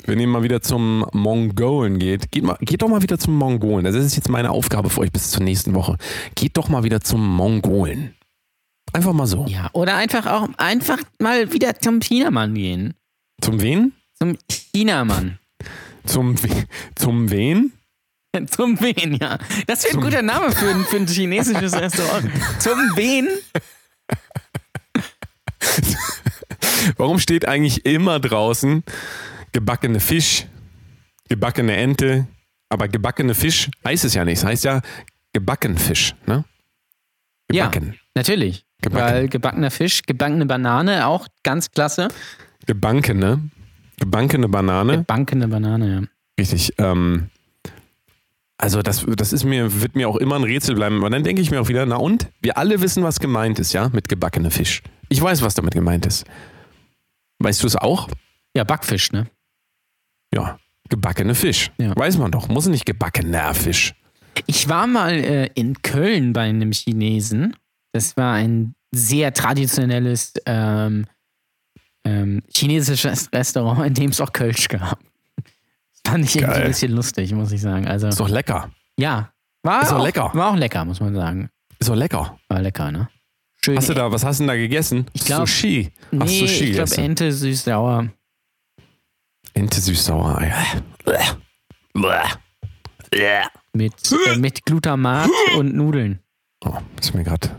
Speaker 2: Wenn ihr mal wieder zum Mongolen geht, geht, mal, geht doch mal wieder zum Mongolen. Also Das ist jetzt meine Aufgabe für euch bis zur nächsten Woche. Geht doch mal wieder zum Mongolen. Einfach mal so.
Speaker 3: Ja, oder einfach auch einfach mal wieder zum Chinamann gehen.
Speaker 2: Zum wen?
Speaker 3: Zum Chinamann.
Speaker 2: Zum, we- zum wen?
Speaker 3: Zum Wen, ja. Das wäre ein guter Name für, ein- für ein chinesisches Restaurant. Zum Wen?
Speaker 2: Warum steht eigentlich immer draußen gebackene Fisch, gebackene Ente, aber gebackene Fisch heißt es ja nicht. Es heißt ja gebacken Fisch, ne? Gebacken.
Speaker 3: Ja, natürlich.
Speaker 2: Gebacken.
Speaker 3: Weil gebackener Fisch, gebackene Banane, auch ganz klasse.
Speaker 2: Gebankene. Gebankene Banane.
Speaker 3: Gebackene Banane, ja.
Speaker 2: Richtig. Ähm, also das, das ist mir, wird mir auch immer ein Rätsel bleiben. Aber dann denke ich mir auch wieder, na und? Wir alle wissen, was gemeint ist, ja, mit gebackene Fisch. Ich weiß, was damit gemeint ist. Weißt du es auch?
Speaker 3: Ja, Backfisch, ne?
Speaker 2: Ja. Gebackene Fisch.
Speaker 3: Ja.
Speaker 2: Weiß man doch. Muss nicht gebackener Fisch.
Speaker 3: Ich war mal äh, in Köln bei einem Chinesen. Das war ein sehr traditionelles ähm, ähm, chinesisches Restaurant, in dem es auch Kölsch gab. Das fand ich irgendwie
Speaker 2: Geil.
Speaker 3: ein bisschen lustig, muss ich sagen. Also,
Speaker 2: Ist doch lecker.
Speaker 3: ja. War
Speaker 2: Ist
Speaker 3: auch,
Speaker 2: auch lecker.
Speaker 3: War auch lecker, muss man sagen.
Speaker 2: Ist doch lecker.
Speaker 3: War lecker, ne? Schön.
Speaker 2: Hast du da, was hast du denn da gegessen?
Speaker 3: Ich glaub-
Speaker 2: Sushi.
Speaker 3: Nee,
Speaker 2: hast Sushi
Speaker 3: ich glaube
Speaker 2: gegessen?
Speaker 3: Ente süß-sauer.
Speaker 2: Ente süß-sauer.
Speaker 3: Mit, äh, mit Glutamat und Nudeln.
Speaker 2: Oh, ist mir gerade.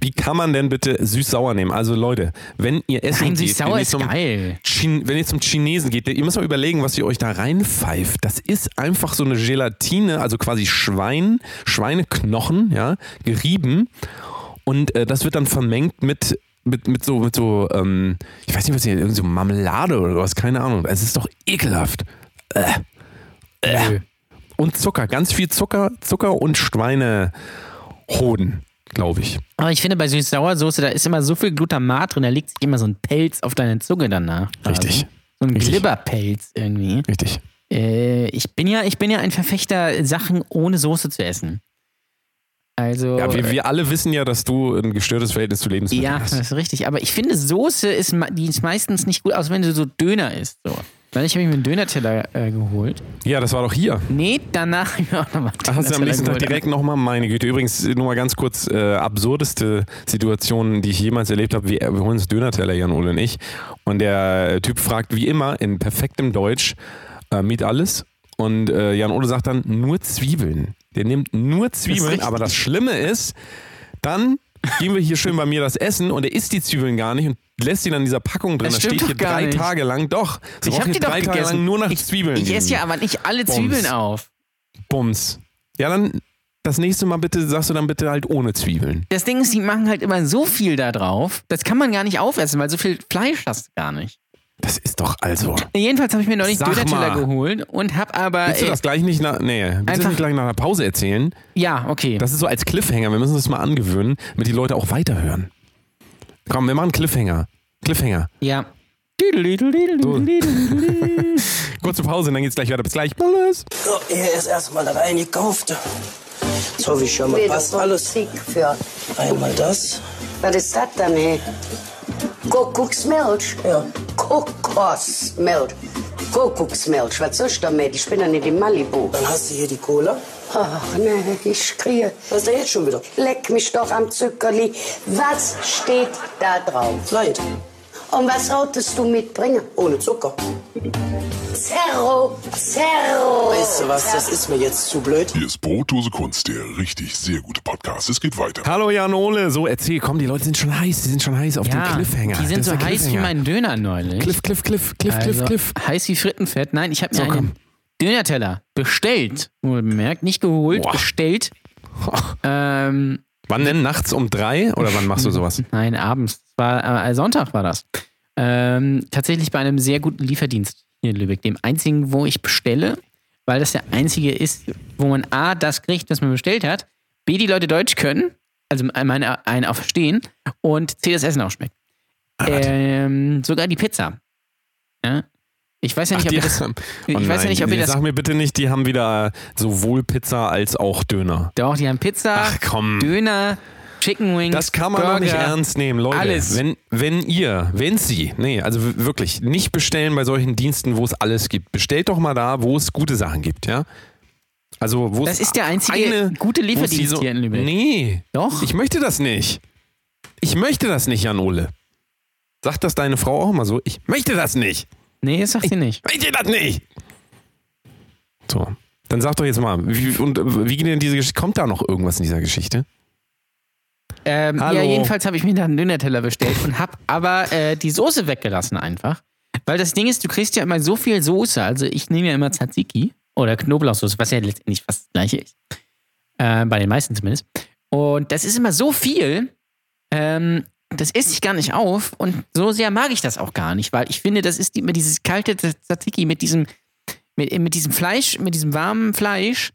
Speaker 2: Wie kann man denn bitte süß-sauer nehmen? Also Leute, wenn ihr essen
Speaker 3: Nein,
Speaker 2: geht,
Speaker 3: süß-sauer
Speaker 2: wenn ihr
Speaker 3: ist
Speaker 2: zum-
Speaker 3: geil.
Speaker 2: Chin wenn ihr zum Chinesen geht, ihr müsst mal überlegen, was ihr euch da reinpfeift. Das ist einfach so eine Gelatine, also quasi Schwein, Schweineknochen, ja, gerieben. Und äh, das wird dann vermengt mit, mit, mit so, mit so ähm, ich weiß nicht, was hier, irgendwie so Marmelade oder was, keine Ahnung. Es ist doch ekelhaft. Äh,
Speaker 3: Nö.
Speaker 2: Und Zucker, ganz viel Zucker, Zucker und Schweinehoden, glaube ich.
Speaker 3: Aber ich finde, bei Süß-Sauersoße, da ist immer so viel Glutamat drin, da liegt sich immer so ein Pelz auf deiner Zunge danach.
Speaker 2: Richtig.
Speaker 3: So ein
Speaker 2: Richtig.
Speaker 3: Glibberpelz irgendwie.
Speaker 2: Richtig.
Speaker 3: Äh, ich, bin ja, ich bin ja ein Verfechter, Sachen ohne Soße zu essen. Also.
Speaker 2: Ja, wir,
Speaker 3: äh,
Speaker 2: wir alle wissen ja, dass du ein gestörtes Verhältnis zu Lebensmitteln
Speaker 3: ja, das
Speaker 2: hast.
Speaker 3: ist richtig. Aber ich finde, Soße ist, ma- die ist meistens nicht gut, aus wenn du so Döner isst. So. Weil ich habe mir einen Dönerteller äh, geholt.
Speaker 2: Ja, das war doch hier.
Speaker 3: Nee, danach habe ich mir auch nochmal
Speaker 2: Da hast du am nächsten Tag direkt nochmal, meine Güte. Übrigens, nur mal ganz kurz, äh, absurdeste Situationen, die ich jemals erlebt habe. Wir, äh, wir holen uns Döner-Teller, Jan Ole und ich. Und der Typ fragt wie immer in perfektem Deutsch, äh, mit alles. Und äh, Jan Ole sagt dann, nur Zwiebeln. Der nimmt nur Zwiebeln,
Speaker 3: richtig.
Speaker 2: aber das Schlimme ist, dann gehen wir hier schön bei mir das Essen und er isst die Zwiebeln gar nicht und lässt sie dann in dieser Packung drin.
Speaker 3: Das
Speaker 2: Das,
Speaker 3: stimmt
Speaker 2: steht hier
Speaker 3: doch gar
Speaker 2: drei
Speaker 3: nicht.
Speaker 2: Tage lang. Doch, sie
Speaker 3: Ich habe
Speaker 2: brauchen
Speaker 3: die
Speaker 2: hier
Speaker 3: doch
Speaker 2: drei
Speaker 3: gegessen.
Speaker 2: Tage lang nur nach
Speaker 3: ich,
Speaker 2: Zwiebeln.
Speaker 3: Ich
Speaker 2: diesen
Speaker 3: esse ja aber nicht alle
Speaker 2: Bums.
Speaker 3: Zwiebeln auf.
Speaker 2: Bums. Ja, dann das nächste Mal bitte sagst du dann bitte halt ohne Zwiebeln.
Speaker 3: Das Ding ist, die machen halt immer so viel da drauf, das kann man gar nicht aufessen, weil so viel Fleisch hast du gar nicht.
Speaker 2: Das ist doch also.
Speaker 3: Jedenfalls habe ich mir noch nicht
Speaker 2: Sag
Speaker 3: Dönerteller
Speaker 2: mal.
Speaker 3: geholt und habe aber.
Speaker 2: Willst du
Speaker 3: äh,
Speaker 2: das gleich nicht nach, nee, willst du das
Speaker 3: Einfach-
Speaker 2: nicht gleich nach einer Pause erzählen?
Speaker 3: Ja, okay.
Speaker 2: Das ist so als Cliffhanger. Wir müssen das mal angewöhnen, damit die Leute auch weiterhören. Komm, wir machen Cliffhanger. Cliffhanger.
Speaker 3: ja.
Speaker 2: Kurze Pause und dann geht's gleich weiter. Bis gleich. Tschüss.
Speaker 5: So, er ist erstmal reingekauft. So, wie schon mal
Speaker 6: Weder
Speaker 5: passt
Speaker 6: so
Speaker 5: alles.
Speaker 6: Sieg für.
Speaker 5: Einmal das.
Speaker 6: Was ist das dann, hey? Kuckucksmilch?
Speaker 5: Ja.
Speaker 6: Kokosmilch. Kuckucksmilch, was soll ich damit? Ich bin ja nicht in Malibu.
Speaker 5: Dann hast du hier die Cola.
Speaker 6: Ach, nee, ich kriege.
Speaker 5: Was ist da jetzt schon wieder?
Speaker 6: Leck mich doch am Zuckerli. Was steht da drauf?
Speaker 5: Leid.
Speaker 6: Und was solltest du mitbringen?
Speaker 5: Ohne Zucker.
Speaker 6: Zerro, Zerro.
Speaker 5: Weißt du was, das ist mir jetzt zu blöd.
Speaker 1: Hier ist Brotdose Kunst, der richtig sehr gute Podcast. Es geht weiter.
Speaker 2: Hallo Janole. So, erzähl. Komm, die Leute sind schon heiß. Die sind schon heiß auf den
Speaker 3: ja
Speaker 2: Cliffhanger.
Speaker 3: die sind
Speaker 2: Das
Speaker 3: so
Speaker 2: ist der
Speaker 3: heiß wie
Speaker 2: Cliffhanger.
Speaker 3: mein Döner neulich.
Speaker 2: Cliff, Cliff, Cliff, Cliff,
Speaker 3: also,
Speaker 2: Cliff, Cliff.
Speaker 3: Heiß wie Frittenfett. Nein, ich habe mir
Speaker 2: So, komm.
Speaker 3: einen Dönerteller bestellt. Wohl bemerkt, nicht geholt,
Speaker 2: Boah.
Speaker 3: bestellt.
Speaker 2: Oh.
Speaker 3: Ähm,
Speaker 2: Wann denn? Nachts um drei? Oder wann machst du sowas?
Speaker 3: Nein, abends. Es War, äh, Sonntag war das. Ähm, tatsächlich bei einem sehr guten Lieferdienst hier in Lübeck. Dem einzigen, wo ich bestelle, weil das der einzige ist, wo man A, das kriegt, was man bestellt hat, B, die Leute Deutsch können, also meine, einen auch verstehen und C, das Essen auch schmeckt.
Speaker 2: Ah,
Speaker 3: Ähm, sogar die Pizza. Ja? Ich weiß ja nicht, ob
Speaker 2: die
Speaker 3: ihr das.
Speaker 2: haben-
Speaker 3: ich weiß ja
Speaker 2: nein,
Speaker 3: nicht, ob ihr das-
Speaker 2: Sag mir bitte nicht, die haben wieder sowohl Pizza als auch Döner.
Speaker 3: Doch, die haben Pizza,
Speaker 2: Ach, komm.
Speaker 3: Döner, Chicken Wings.
Speaker 2: Das kann man
Speaker 3: Burger.
Speaker 2: doch nicht ernst nehmen, Leute.
Speaker 3: Alles.
Speaker 2: Wenn, wenn ihr, wenn sie, nee, also w- wirklich, nicht bestellen bei solchen Diensten, wo es alles gibt. Bestellt doch mal da, wo es gute Sachen gibt, ja? Also, wo
Speaker 3: Das
Speaker 2: es
Speaker 3: ist der einzige
Speaker 2: eine,
Speaker 3: gute
Speaker 2: wo es
Speaker 3: Lieferdienst
Speaker 2: die so,
Speaker 3: hier in Lübeck.
Speaker 2: Nee.
Speaker 3: Doch.
Speaker 2: Ich möchte das nicht. Ich möchte das nicht, Jan Ole. Sagt das deine Frau auch immer so? Ich möchte das nicht.
Speaker 3: Nee, das sagt sie nicht.
Speaker 2: Meint ihr das nicht? So. Dann sag doch jetzt mal, wie, und äh, wie geht denn diese Geschichte? Kommt da noch irgendwas in dieser Geschichte?
Speaker 3: Ähm,
Speaker 2: Hallo.
Speaker 3: ja, jedenfalls habe ich mir da einen Dönerteller bestellt und habe aber äh, die Soße weggelassen einfach. Weil das Ding ist, du kriegst ja immer so viel Soße. Also ich nehme ja immer Tzatziki oder Knoblauchsoße, was ja letztendlich fast das gleiche ist. Äh, bei den meisten zumindest. Und das ist immer so viel, ähm, das esse ich gar nicht auf. Und so sehr mag ich das auch gar nicht, weil ich finde, das ist immer dieses kalte Tzatziki mit diesem, mit, mit diesem Fleisch, mit diesem warmen Fleisch.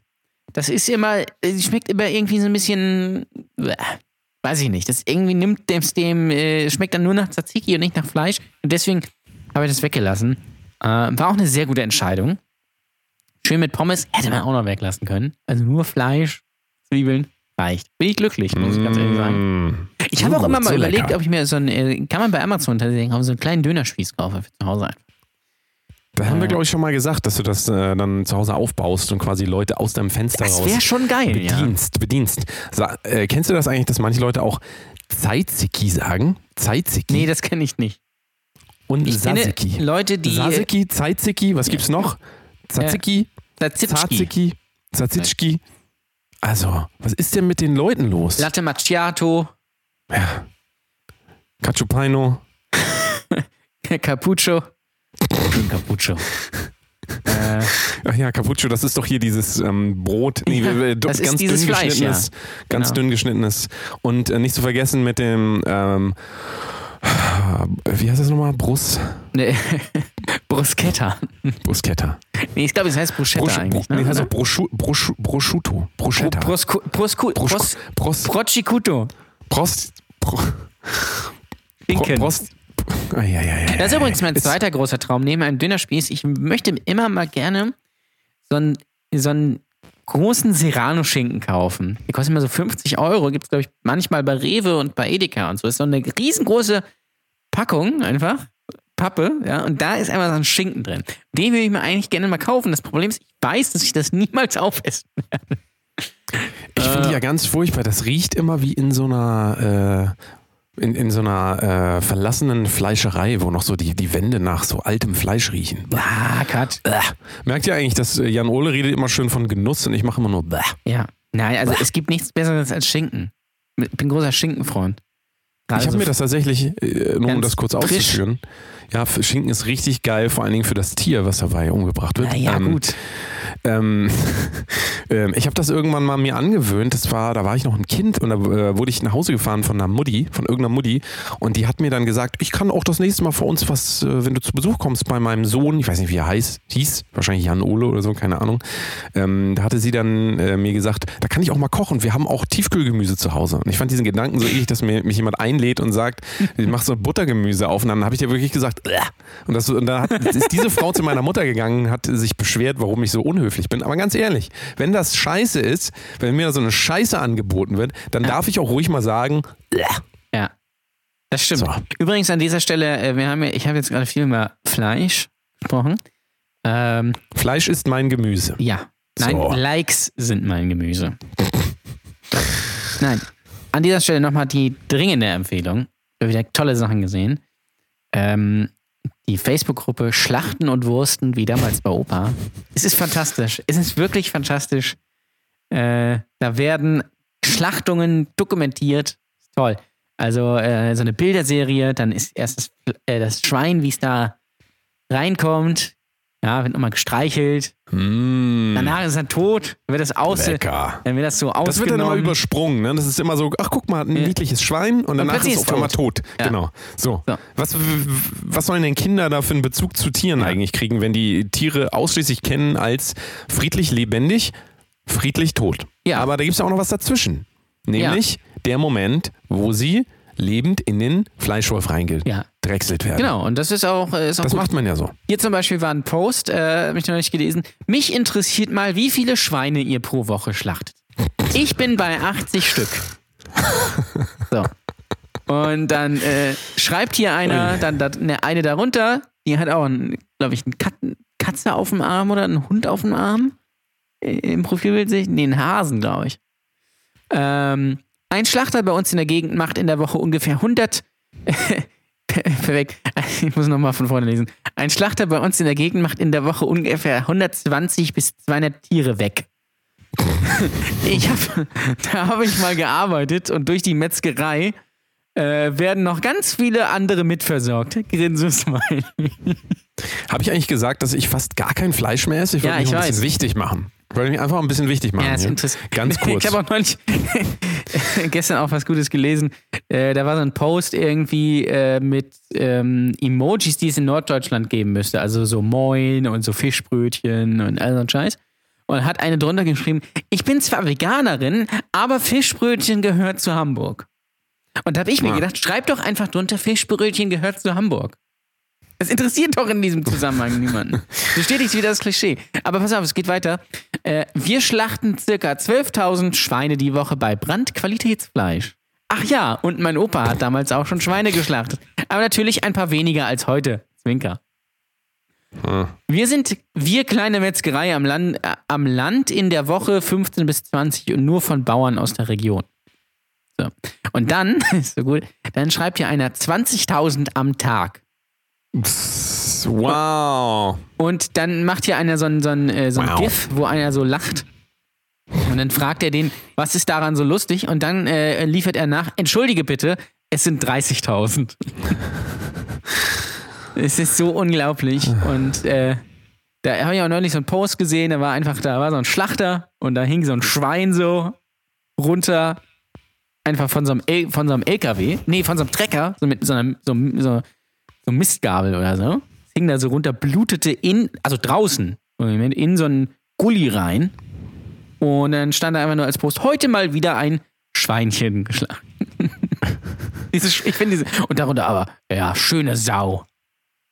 Speaker 3: Das ist immer, äh, schmeckt immer irgendwie so ein bisschen. Weiß ich nicht. Das irgendwie nimmt dem, dem äh, schmeckt dann nur nach Tzatziki und nicht nach Fleisch. Und deswegen habe ich das weggelassen. Äh, war auch eine sehr gute Entscheidung. Schön mit Pommes hätte man auch noch weglassen können. Also nur Fleisch, Zwiebeln, reicht. Bin ich glücklich, muss ich ganz ehrlich sagen. Ich habe auch
Speaker 2: gut,
Speaker 3: immer
Speaker 2: Mm,
Speaker 3: mal
Speaker 2: so
Speaker 3: überlegt,
Speaker 2: lecker.
Speaker 3: ob ich mir so einen, äh, kann man bei Amazon tatsächlich auch so einen kleinen Dönerspieß kaufe für zu Hause einfach.
Speaker 2: Da haben wir, glaube ich, schon mal gesagt, dass du das äh, dann zu Hause aufbaust und quasi Leute aus deinem Fenster
Speaker 3: Das
Speaker 2: raus
Speaker 3: wäre schon geil, ja.
Speaker 2: bedienst. bedienst. Sa äh, kennst du das eigentlich, dass manche Leute auch Zeitziki sagen? Zeitziki?
Speaker 3: Nee, das kenne ich nicht.
Speaker 2: und
Speaker 3: Ich kenne
Speaker 2: Sasiki.
Speaker 3: Leute, die- äh,
Speaker 2: Sasiki, Zeitsiki, was gibt's noch? Zatziki,
Speaker 3: Tzatziki.
Speaker 2: Zatziki, Zatzitschki. Also, was ist denn mit den Leuten los?
Speaker 3: Latte Macchiato,
Speaker 2: Cacciopaino.
Speaker 3: Cappuccio. Schön Cappuccio.
Speaker 2: Ach ja, Cappuccio, das ist doch hier dieses ähm, Brot. Nee, äh,
Speaker 3: das ist dieses
Speaker 2: dünn
Speaker 3: Fleisch,
Speaker 2: geschnittenes. Ganz
Speaker 3: Genau.
Speaker 2: dünn geschnittenes. Und äh, nicht zu vergessen mit dem, ähm, wie heißt das nochmal? Brust,
Speaker 3: Ne, Bruschetta.
Speaker 2: Bruschetta.
Speaker 3: Nee, ich glaube, es heißt Bruschetta
Speaker 2: Brusch,
Speaker 3: eigentlich.
Speaker 2: Bru- nee,
Speaker 3: Ne?
Speaker 2: also Broschu, Broschu, Brosciutto. Bruschetta.
Speaker 3: Proscu Proscu
Speaker 2: Brusch-
Speaker 3: Pros
Speaker 2: Prost-
Speaker 3: Prosciutto.
Speaker 2: Prost. Pro, Pro,
Speaker 3: Dinken.
Speaker 2: Prost. Ah, ja, ja, ja,
Speaker 3: Das Äh, ist
Speaker 2: ja,
Speaker 3: übrigens mein
Speaker 2: Jetzt-
Speaker 3: zweiter großer Traum neben einem Dönerspieß. Ich möchte immer mal gerne so einen, so einen großen Serrano-Schinken kaufen. Die kosten immer so 50 Euro. Gibt es, glaube ich, manchmal bei Rewe und bei Edeka und so. Ist so eine riesengroße Packung einfach. Pappe, ja, und da ist einfach so ein Schinken drin. Den würde ich mir eigentlich gerne mal kaufen. Das Problem ist, ich weiß, dass ich das niemals aufessen
Speaker 2: Ich finde
Speaker 3: Ah.
Speaker 2: die ja ganz furchtbar. Das riecht immer wie in so einer, äh, in, in so einer äh, verlassenen Fleischerei, wo noch so die, die Wände nach so altem Fleisch riechen. Bäh.
Speaker 3: Ah, Kat.
Speaker 2: Merkt ihr eigentlich, dass äh, Jan Ole redet immer schön von Genuss und ich mache immer nur Bäh.
Speaker 3: Ja. Nein, also es gibt nichts Besseres als Schinken. Ich bin großer Schinkenfreund. Also
Speaker 2: Ich habe mir das tatsächlich, äh, nur um
Speaker 3: Ganz
Speaker 2: das kurz
Speaker 3: frisch.
Speaker 2: auszuführen, ja, für Schinken ist richtig geil, vor allen Dingen für das Tier, was dabei umgebracht wird.
Speaker 3: Na ja,
Speaker 2: Ähm,
Speaker 3: gut.
Speaker 2: Ähm, ähm, ich habe das irgendwann mal mir angewöhnt. Das war, da war ich noch ein Kind und da äh, wurde ich nach Hause gefahren von einer Mutti, von irgendeiner Mutti. Und die hat mir dann gesagt, ich kann auch das nächste Mal für uns was, äh, wenn du zu Besuch kommst bei meinem Sohn, ich weiß nicht, wie er heißt, hieß, wahrscheinlich Jan Ole oder so, keine Ahnung. Ähm, da hatte sie dann äh, mir gesagt, da kann ich auch mal kochen. Wir haben auch Tiefkühlgemüse zu Hause. Und ich fand diesen Gedanken so eklig, dass mir mich jemand einlädt und sagt, ich mach so Buttergemüse auf. Und dann habe ich dir wirklich gesagt, "Bäh." und, das, und da hat, ist diese Frau zu meiner Mutter gegangen, hat sich beschwert, warum ich so unhöflich bin. Aber ganz ehrlich, wenn das scheiße ist, wenn mir so eine Scheiße angeboten wird, dann darf ich auch ruhig mal sagen, "Bäh."
Speaker 3: Ja. Das stimmt.
Speaker 2: So.
Speaker 3: Übrigens an dieser Stelle, äh, wir haben ja, ich habe jetzt gerade viel über Fleisch gesprochen. Ähm,
Speaker 2: Fleisch ist mein Gemüse.
Speaker 3: ja. Nein,
Speaker 2: So.
Speaker 3: Likes sind mein Gemüse. Nein. An dieser Stelle nochmal die dringende Empfehlung. Ich habe wieder tolle Sachen gesehen. Ähm, die Facebook-Gruppe Schlachten und Wursten wie damals bei Opa. Es ist fantastisch. Es ist wirklich fantastisch. Äh, da werden Schlachtungen dokumentiert. Ist Toll. Also äh, so eine Bilderserie, dann ist erst das, äh, das Schwein, wie es da reinkommt. Ja, wird nochmal gestreichelt. Danach ist er tot, wird das aus.
Speaker 2: Hm. Lecker.
Speaker 3: Dann wird das genau. so
Speaker 2: Das wird dann immer
Speaker 3: ausgenommen.
Speaker 2: übersprungen. Ne? Das ist immer so, ach guck mal, hat ein niedliches Schwein und danach
Speaker 3: plötzlich
Speaker 2: ist es
Speaker 3: ist
Speaker 2: auf einmal
Speaker 3: es tot.
Speaker 2: tot.
Speaker 3: Ja.
Speaker 2: Genau. So.
Speaker 3: So.
Speaker 2: Was, was sollen denn Kinder da für einen Bezug zu Tieren eigentlich kriegen, wenn die Tiere ausschließlich kennen als friedlich lebendig, friedlich tot?
Speaker 3: Ja.
Speaker 2: Aber da gibt es ja auch noch was dazwischen. Nämlich der Moment, wo sie lebend in den Fleischwolf
Speaker 3: Ja.
Speaker 2: reingedrechselt werden.
Speaker 3: Genau, und das ist auch, äh, ist auch
Speaker 2: Das
Speaker 3: gut.
Speaker 2: macht man ja so.
Speaker 3: Hier zum Beispiel war ein Post, äh, habe ich noch nicht gelesen. Mich interessiert mal, wie viele Schweine ihr pro Woche schlachtet. Ich bin bei 80 Stück. So. Und dann äh, schreibt hier einer, dann dat, ne, eine darunter, die hat auch, glaube ich, eine Katzen, Katze auf dem Arm oder einen Hund auf dem Arm. Äh, Im Profilbild sehe ich, nee, einen Hasen, glaube ich. Ähm, ein Schlachter bei uns in der Gegend macht in der Woche ungefähr 100 Perfekt. Ich muss nochmal von vorne lesen. Ein Schlachter bei uns in der Gegend macht in der Woche ungefähr 120 bis 200 Tiere weg. ich hab, da habe ich mal gearbeitet und durch die Metzgerei äh, werden noch ganz viele andere mitversorgt. Grinsesmile.
Speaker 2: Habe ich eigentlich gesagt, dass ich fast gar kein Fleisch mehr esse? Ich wollte
Speaker 3: Ja,
Speaker 2: mich
Speaker 3: ich
Speaker 2: noch ein bisschen
Speaker 3: weiß.
Speaker 2: wichtig machen. Ich wollte mich einfach ein bisschen wichtig machen.
Speaker 3: Ja, ist
Speaker 2: hier.
Speaker 3: interessant.
Speaker 2: Ganz kurz.
Speaker 3: Ich habe auch neulich gestern auch was Gutes gelesen. Äh, da war so ein Post irgendwie äh, mit ähm, Emojis, die es in Norddeutschland geben müsste. Also so Moin und so Fischbrötchen und all so ein Scheiß. Und hat eine drunter geschrieben, ich bin zwar Veganerin, aber Fischbrötchen gehört zu Hamburg. Und da habe ich mir
Speaker 2: Ah.
Speaker 3: gedacht, schreib doch einfach drunter, Fischbrötchen gehört zu Hamburg. Das interessiert doch in diesem Zusammenhang niemanden. Bestätigt wieder das Klischee. Aber pass auf, es geht weiter. Äh, wir schlachten circa 12.000 Schweine die Woche bei Brand Qualitätsfleisch. Ach ja, und mein Opa hat damals auch schon Schweine geschlachtet. Aber natürlich ein paar weniger als heute. Zwinker. Wir sind wir kleine Metzgerei am Land, äh, am Land in der Woche 15 bis 20 und nur von Bauern aus der Region. So. Und dann, ist so gut, dann schreibt hier einer 20.000 am Tag.
Speaker 2: Pss, Wow.
Speaker 3: Und dann macht hier einer so ein, so ein, äh, so ein
Speaker 2: Wow.
Speaker 3: GIF, wo einer so lacht. Und dann fragt er den, was ist daran so lustig? Und dann äh, liefert er nach, entschuldige bitte, es sind 30.000. es ist so unglaublich. Und äh, da habe ich auch neulich so einen Post gesehen, da war einfach, da war so ein Schlachter und da hing so ein Schwein so runter einfach von so einem, L von so einem LKW, nee, von so einem Trecker, so mit so einem so, einem- so, so einem Mistgabel oder so. Es hing da so runter, blutete in, also draußen, in so einen Gully rein. Und dann stand da einfach nur als Post, heute mal wieder ein Schweinchen geschlagen. diese, Sch- ich finde diese, und darunter aber, ja, schöne Sau.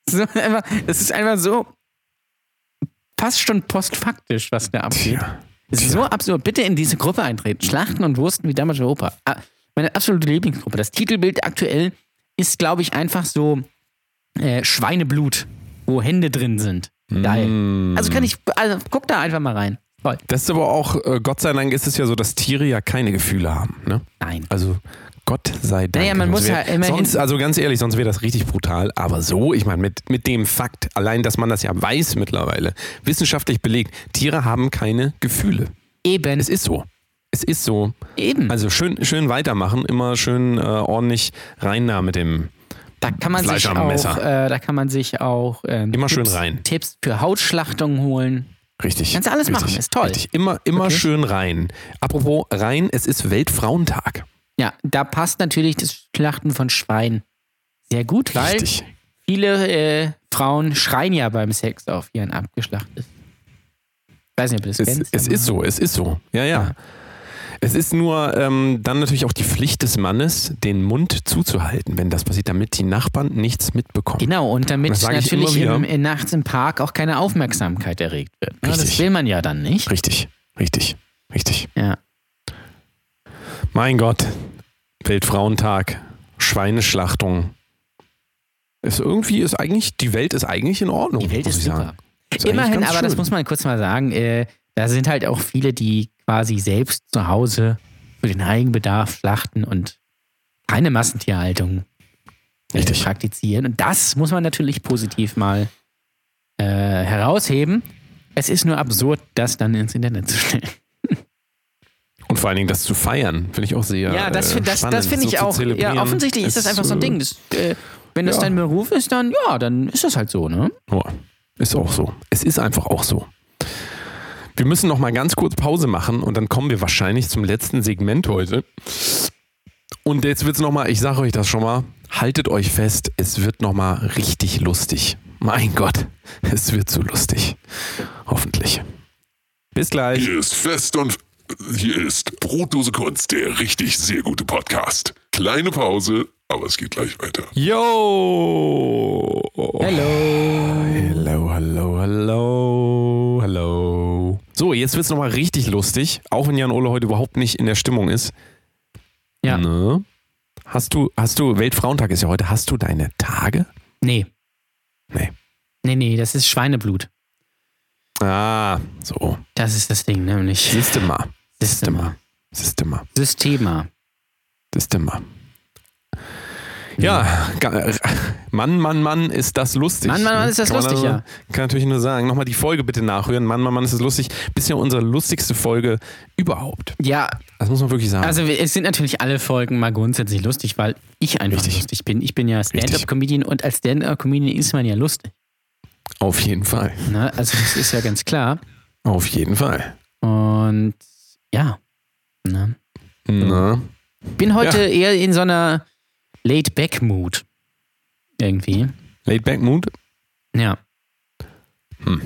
Speaker 3: So einfach, es ist einfach so fast schon postfaktisch, was da abgeht.
Speaker 2: Tja.
Speaker 3: Es ist so absurd. Bitte in diese Gruppe eintreten. Schlachten und Wursten wie damals in Europa. Ah, Meine absolute Lieblingsgruppe. Das Titelbild aktuell ist, glaube ich, einfach so äh, Schweineblut, wo Hände drin sind. Geil.
Speaker 2: Mm.
Speaker 3: Also kann ich, also guck da einfach mal rein. Toll.
Speaker 2: Das ist aber auch, äh, Gott sei Dank ist es ja so, dass Tiere ja keine Gefühle haben. Ne?
Speaker 3: Nein.
Speaker 2: Also Gott sei Dank.
Speaker 3: Naja, man
Speaker 2: Sonst
Speaker 3: muss
Speaker 2: wär,
Speaker 3: ja immerhin-
Speaker 2: Sonst, also ganz ehrlich, sonst wäre das richtig brutal. Aber so, ich meine, mit, mit dem Fakt, allein, dass man das ja weiß mittlerweile, wissenschaftlich belegt, Tiere haben keine Gefühle.
Speaker 3: Eben.
Speaker 2: Es ist so. Es ist
Speaker 3: Hm.
Speaker 2: so.
Speaker 3: Eben.
Speaker 2: Also schön, schön weitermachen, immer schön äh, ordentlich rein da mit dem.
Speaker 3: Da kann man
Speaker 2: Fleisch
Speaker 3: sich
Speaker 2: am
Speaker 3: auch,
Speaker 2: Messer.
Speaker 3: Äh, da kann man sich auch ähm,
Speaker 2: Immer schön
Speaker 3: Tipps,
Speaker 2: rein.
Speaker 3: Tipps für Hautschlachtung holen.
Speaker 2: Richtig.
Speaker 3: Kannst du alles
Speaker 2: richtig,
Speaker 3: machen, ist toll.
Speaker 2: Richtig. Immer, immer schön rein. Apropos rein, es ist Weltfrauentag.
Speaker 3: Ja, da passt natürlich das Schlachten von Schweinen sehr gut, weil
Speaker 2: Richtig.
Speaker 3: viele äh, Frauen schreien ja beim Sex auf ihren abgeschlachtetes. Ich weiß nicht, ob du das
Speaker 2: Es,
Speaker 3: kennst.
Speaker 2: es
Speaker 3: aber-
Speaker 2: ist so, es ist so. Ja, ja. Es ist nur ähm, dann natürlich auch die Pflicht des Mannes, den Mund zuzuhalten, wenn das passiert, damit die Nachbarn nichts mitbekommen.
Speaker 3: Genau, und damit
Speaker 2: Das sag ich
Speaker 3: natürlich
Speaker 2: immer wieder.
Speaker 3: im, äh, nachts im Park auch keine Aufmerksamkeit erregt wird. ne? das
Speaker 2: Richtig.
Speaker 3: will man ja dann nicht.
Speaker 2: Richtig, richtig, richtig.
Speaker 3: Ja.
Speaker 2: Mein Gott, Weltfrauentag, Schweineschlachtung. Ist irgendwie ist eigentlich die Welt ist eigentlich in Ordnung.
Speaker 3: Die Welt
Speaker 2: muss
Speaker 3: ist
Speaker 2: ich
Speaker 3: super.
Speaker 2: Sagen. Ist eigentlich
Speaker 3: Immerhin,
Speaker 2: ganz
Speaker 3: aber das
Speaker 2: schön.
Speaker 3: muss man kurz mal sagen, äh, da sind halt auch viele, die quasi selbst zu Hause für den Eigenbedarf schlachten und keine Massentierhaltung äh,
Speaker 2: Richtig.
Speaker 3: praktizieren. Und das muss man natürlich positiv mal äh, herausheben. Es ist nur absurd, das dann ins Internet zu stellen.
Speaker 2: Und vor allen Dingen das zu feiern, finde ich auch sehr.
Speaker 3: Ja, das,
Speaker 2: äh,
Speaker 3: find- das,
Speaker 2: spannend,
Speaker 3: das finde
Speaker 2: so
Speaker 3: ich
Speaker 2: zu
Speaker 3: auch.
Speaker 2: zelebrieren.
Speaker 3: Ja, offensichtlich ist das
Speaker 2: Es,
Speaker 3: einfach so ein
Speaker 2: äh,
Speaker 3: Ding. Das, äh, wenn das
Speaker 2: ja.
Speaker 3: dein Beruf ist, dann ja, dann ist das halt so, ne?
Speaker 2: Ja, ist auch so. Es ist einfach auch so. Wir müssen noch mal ganz kurz Pause machen und dann kommen wir wahrscheinlich zum letzten Segment heute. Und jetzt wird's noch mal, ich sage euch das schon mal, haltet euch fest, es wird noch mal richtig lustig. Mein Gott, es wird so lustig. Hoffentlich. Bis gleich.
Speaker 1: Hier ist Fest und hier ist Brotdose Kunst, der richtig sehr gute Podcast. Kleine Pause, aber es geht gleich weiter.
Speaker 2: Yo!
Speaker 3: Hello.
Speaker 2: Hello, hello, hello, hello. So, jetzt wird's noch mal richtig lustig, auch wenn Jan Ole heute überhaupt nicht in der Stimmung ist.
Speaker 3: Ja.
Speaker 2: Ne? Hast du, hast du, Weltfrauentag ist ja heute, hast du deine Tage?
Speaker 3: Nee.
Speaker 2: Nee.
Speaker 3: Nee, nee, das ist Schweineblut.
Speaker 2: Ah, so.
Speaker 3: Das ist das Ding, ne? nämlich
Speaker 2: Systema.
Speaker 3: Systema.
Speaker 2: Systema. Systema.
Speaker 3: Systema.
Speaker 2: Systema. Ja, ga- Mann, Mann, Mann, ist das lustig.
Speaker 3: Mann, Mann, Mann,
Speaker 2: ne?
Speaker 3: ist das
Speaker 2: Kann man
Speaker 3: lustig,
Speaker 2: also-
Speaker 3: ja.
Speaker 2: Kann natürlich nur sagen, nochmal die Folge bitte nachhören. Mann, Mann, Mann, ist das lustig. Bisher unsere lustigste Folge überhaupt.
Speaker 3: Ja,
Speaker 2: Das muss man wirklich sagen.
Speaker 3: also wir- es sind natürlich alle Folgen mal grundsätzlich lustig, weil ich einfach
Speaker 2: Richtig.
Speaker 3: lustig bin. Ich bin ja Stand-up-Comedian und als Stand-up-Comedian ist man ja lustig.
Speaker 2: Auf jeden Fall.
Speaker 3: Ne? Also das ist ja ganz klar.
Speaker 2: Auf jeden Fall.
Speaker 3: Und ja, ne?
Speaker 2: Na,
Speaker 3: bin heute eher in so einer Laid-Back-Mood. Irgendwie.
Speaker 2: Laid Back Mood?
Speaker 3: Ja.
Speaker 2: Hm.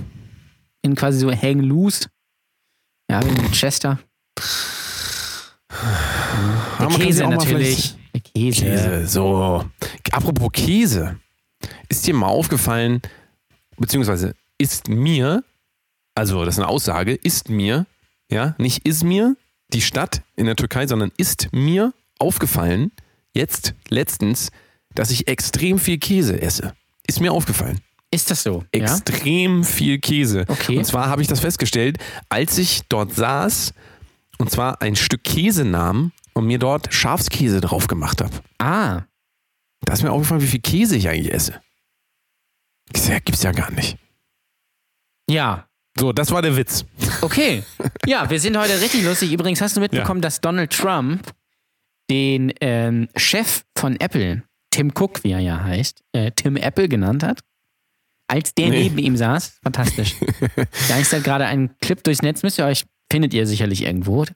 Speaker 3: Bin quasi so hang loose. Ja, bin mit Chester. Der
Speaker 2: Aber man kann sich
Speaker 3: Käse
Speaker 2: auch mal
Speaker 3: natürlich.
Speaker 2: vielleicht-
Speaker 3: Der Käse.
Speaker 2: Käse, so. Apropos Käse. Ist dir mal aufgefallen, beziehungsweise ist mir, also das ist eine Aussage, ist mir, ja, nicht ist mir die Stadt in der Türkei, sondern ist mir aufgefallen, jetzt letztens, dass ich extrem viel Käse esse. Ist mir aufgefallen.
Speaker 3: Ist das so? Ja?
Speaker 2: extrem viel Käse.
Speaker 3: Okay.
Speaker 2: Und zwar habe ich das festgestellt, als ich dort saß und zwar ein Stück Käse nahm und mir dort Schafskäse drauf gemacht habe.
Speaker 3: Ah,
Speaker 2: Da ist mir aufgefallen, wie viel Käse ich eigentlich esse. Gibt's ja, gibt's ja gar nicht.
Speaker 3: Ja,
Speaker 2: So, das war der Witz.
Speaker 3: Okay. Ja, wir sind heute richtig lustig. Übrigens hast du mitbekommen,
Speaker 2: Ja.
Speaker 3: dass Donald Trump den ähm, Chef von Apple, Tim Cook, wie er ja heißt, äh, Tim Apple genannt hat. Als der
Speaker 2: Nee.
Speaker 3: neben ihm saß, fantastisch. da ist halt gerade ein Clip durchs Netz, müsst ihr euch, findet ihr sicherlich irgendwo. Äh,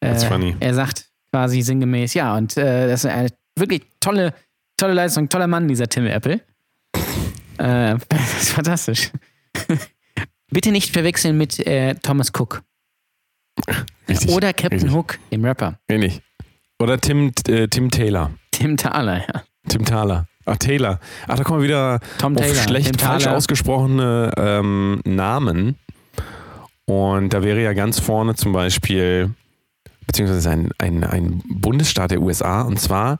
Speaker 2: That's funny.
Speaker 3: Er sagt quasi sinngemäß, ja, und äh, das ist eine wirklich tolle, tolle Leistung, toller Mann, dieser Tim Apple. äh, das ist fantastisch. Bitte nicht verwechseln mit äh, Thomas Cook
Speaker 2: Richtig.
Speaker 3: oder Captain
Speaker 2: richtig.
Speaker 3: Hook, dem Rapper.
Speaker 2: Ähnlich. Oder Tim, äh, Tim Taylor.
Speaker 3: Tim Thaler, ja.
Speaker 2: Tim Thaler. Ach, Taylor. Ach, da kommen wir wieder
Speaker 3: Tom
Speaker 2: auf
Speaker 3: Taylor,
Speaker 2: schlecht
Speaker 3: Tim
Speaker 2: falsch
Speaker 3: Thaler.
Speaker 2: ausgesprochene ähm, Namen. Und da wäre ja ganz vorne zum Beispiel, beziehungsweise ein, ein, ein Bundesstaat der USA, und zwar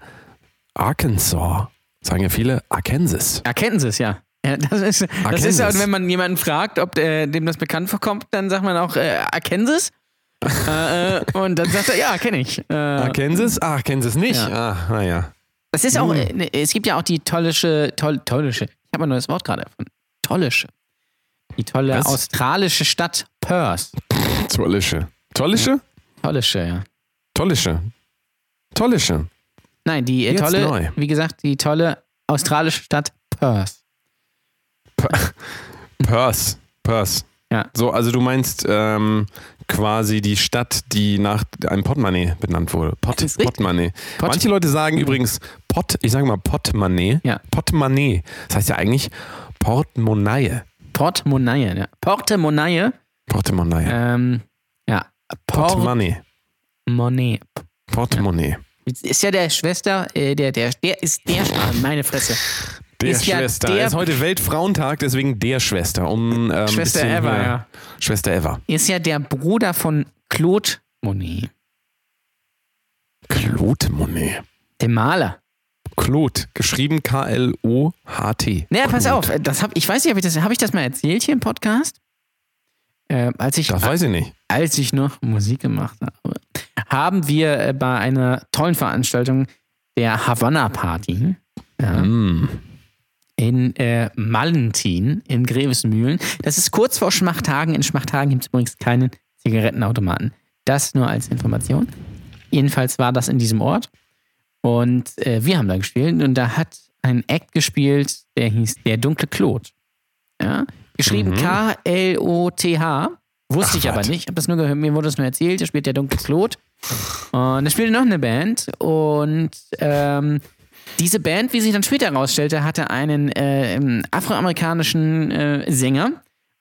Speaker 2: Arkansas. Sagen ja viele Arkansas.
Speaker 3: Erkennen Sie es, ja. Ja, das ist, das
Speaker 2: Erkennen
Speaker 3: ist
Speaker 2: Sie
Speaker 3: halt,
Speaker 2: es.
Speaker 3: wenn man jemanden fragt, ob äh, dem das bekannt vorkommt, dann sagt man auch, äh, erkennen Sie es? äh, äh, und dann sagt er, ja, kenne ich. Äh,
Speaker 2: Arkansas? Ah, Arkansas nicht. Ah, naja.
Speaker 3: Das ist auch,
Speaker 2: Hm.
Speaker 3: äh, ne, es gibt ja auch die tollische, toll, tollische, ich habe ein neues Wort gerade erfunden. Tollische. Die tolle
Speaker 2: Was?
Speaker 3: australische Stadt Perth.
Speaker 2: Tollische. Tollische?
Speaker 3: Tollische, ja.
Speaker 2: Tollische. Tollische.
Speaker 3: Nein, die äh,
Speaker 2: Jetzt
Speaker 3: tolle,
Speaker 2: neu.
Speaker 3: wie gesagt, die tolle australische Stadt Perth.
Speaker 2: Perth. Perth.
Speaker 3: Ja.
Speaker 2: So, also du meinst ähm, quasi die Stadt, die nach einem Portemonnaie benannt wurde. Pot,
Speaker 3: Das ist richtig.
Speaker 2: Portemonnaie.
Speaker 3: Pot-
Speaker 2: Manche Leute sagen übrigens Pot, ich sage mal Portemonnaie.
Speaker 3: Ja.
Speaker 2: Portemonnaie. Das heißt ja eigentlich Portemonnaie.
Speaker 3: Portemonnaie, ja. Portemonnaie.
Speaker 2: Portemonnaie.
Speaker 3: Ähm, ja.
Speaker 2: Portemonnaie.
Speaker 3: Portemonnaie.
Speaker 2: Portemonnaie.
Speaker 3: Ist ja der Schwester, äh, der, der, der ist der, ah, meine Fresse.
Speaker 2: Der
Speaker 3: Ist ja
Speaker 2: Schwester.
Speaker 3: der-
Speaker 2: ist heute Weltfrauentag, deswegen der Schwester. Um, ähm,
Speaker 3: Schwester
Speaker 2: bisschen
Speaker 3: Eva,
Speaker 2: hier-
Speaker 3: ja.
Speaker 2: Schwester Eva.
Speaker 3: Ist ja der Bruder von Claude Monet,
Speaker 2: Claude Monet.
Speaker 3: dem Maler.
Speaker 2: Claude, geschrieben K-L-O-H-T.
Speaker 3: Naja, pass
Speaker 2: Claude.
Speaker 3: auf, äh, das hab, ich weiß nicht, ob ich das, habe ich das mal erzählt hier im Podcast? Äh, als ich
Speaker 2: Das weiß ich nicht.
Speaker 3: als ich noch Musik gemacht habe, haben wir äh, bei einer tollen Veranstaltung der Havanna Party ja, in äh, Mallentin in Grevesmühlen. Das ist kurz vor Schmachthagen. In Schmachthagen gibt es übrigens keinen Zigarettenautomaten. Das nur als Information. Jedenfalls war das in diesem Ort. Und äh, wir haben da gespielt und da hat ein Act gespielt, der hieß Der dunkle Klot. Ja? Geschrieben K-L-O-T-H. Wusste ich aber nicht. Ich habe das nur gehört, mir wurde das nur erzählt. Da spielt der dunkle Klot. Und da spielte noch eine Band. Und ähm, diese Band, wie sich dann später herausstellte, hatte einen äh, ähm, afroamerikanischen äh, Sänger.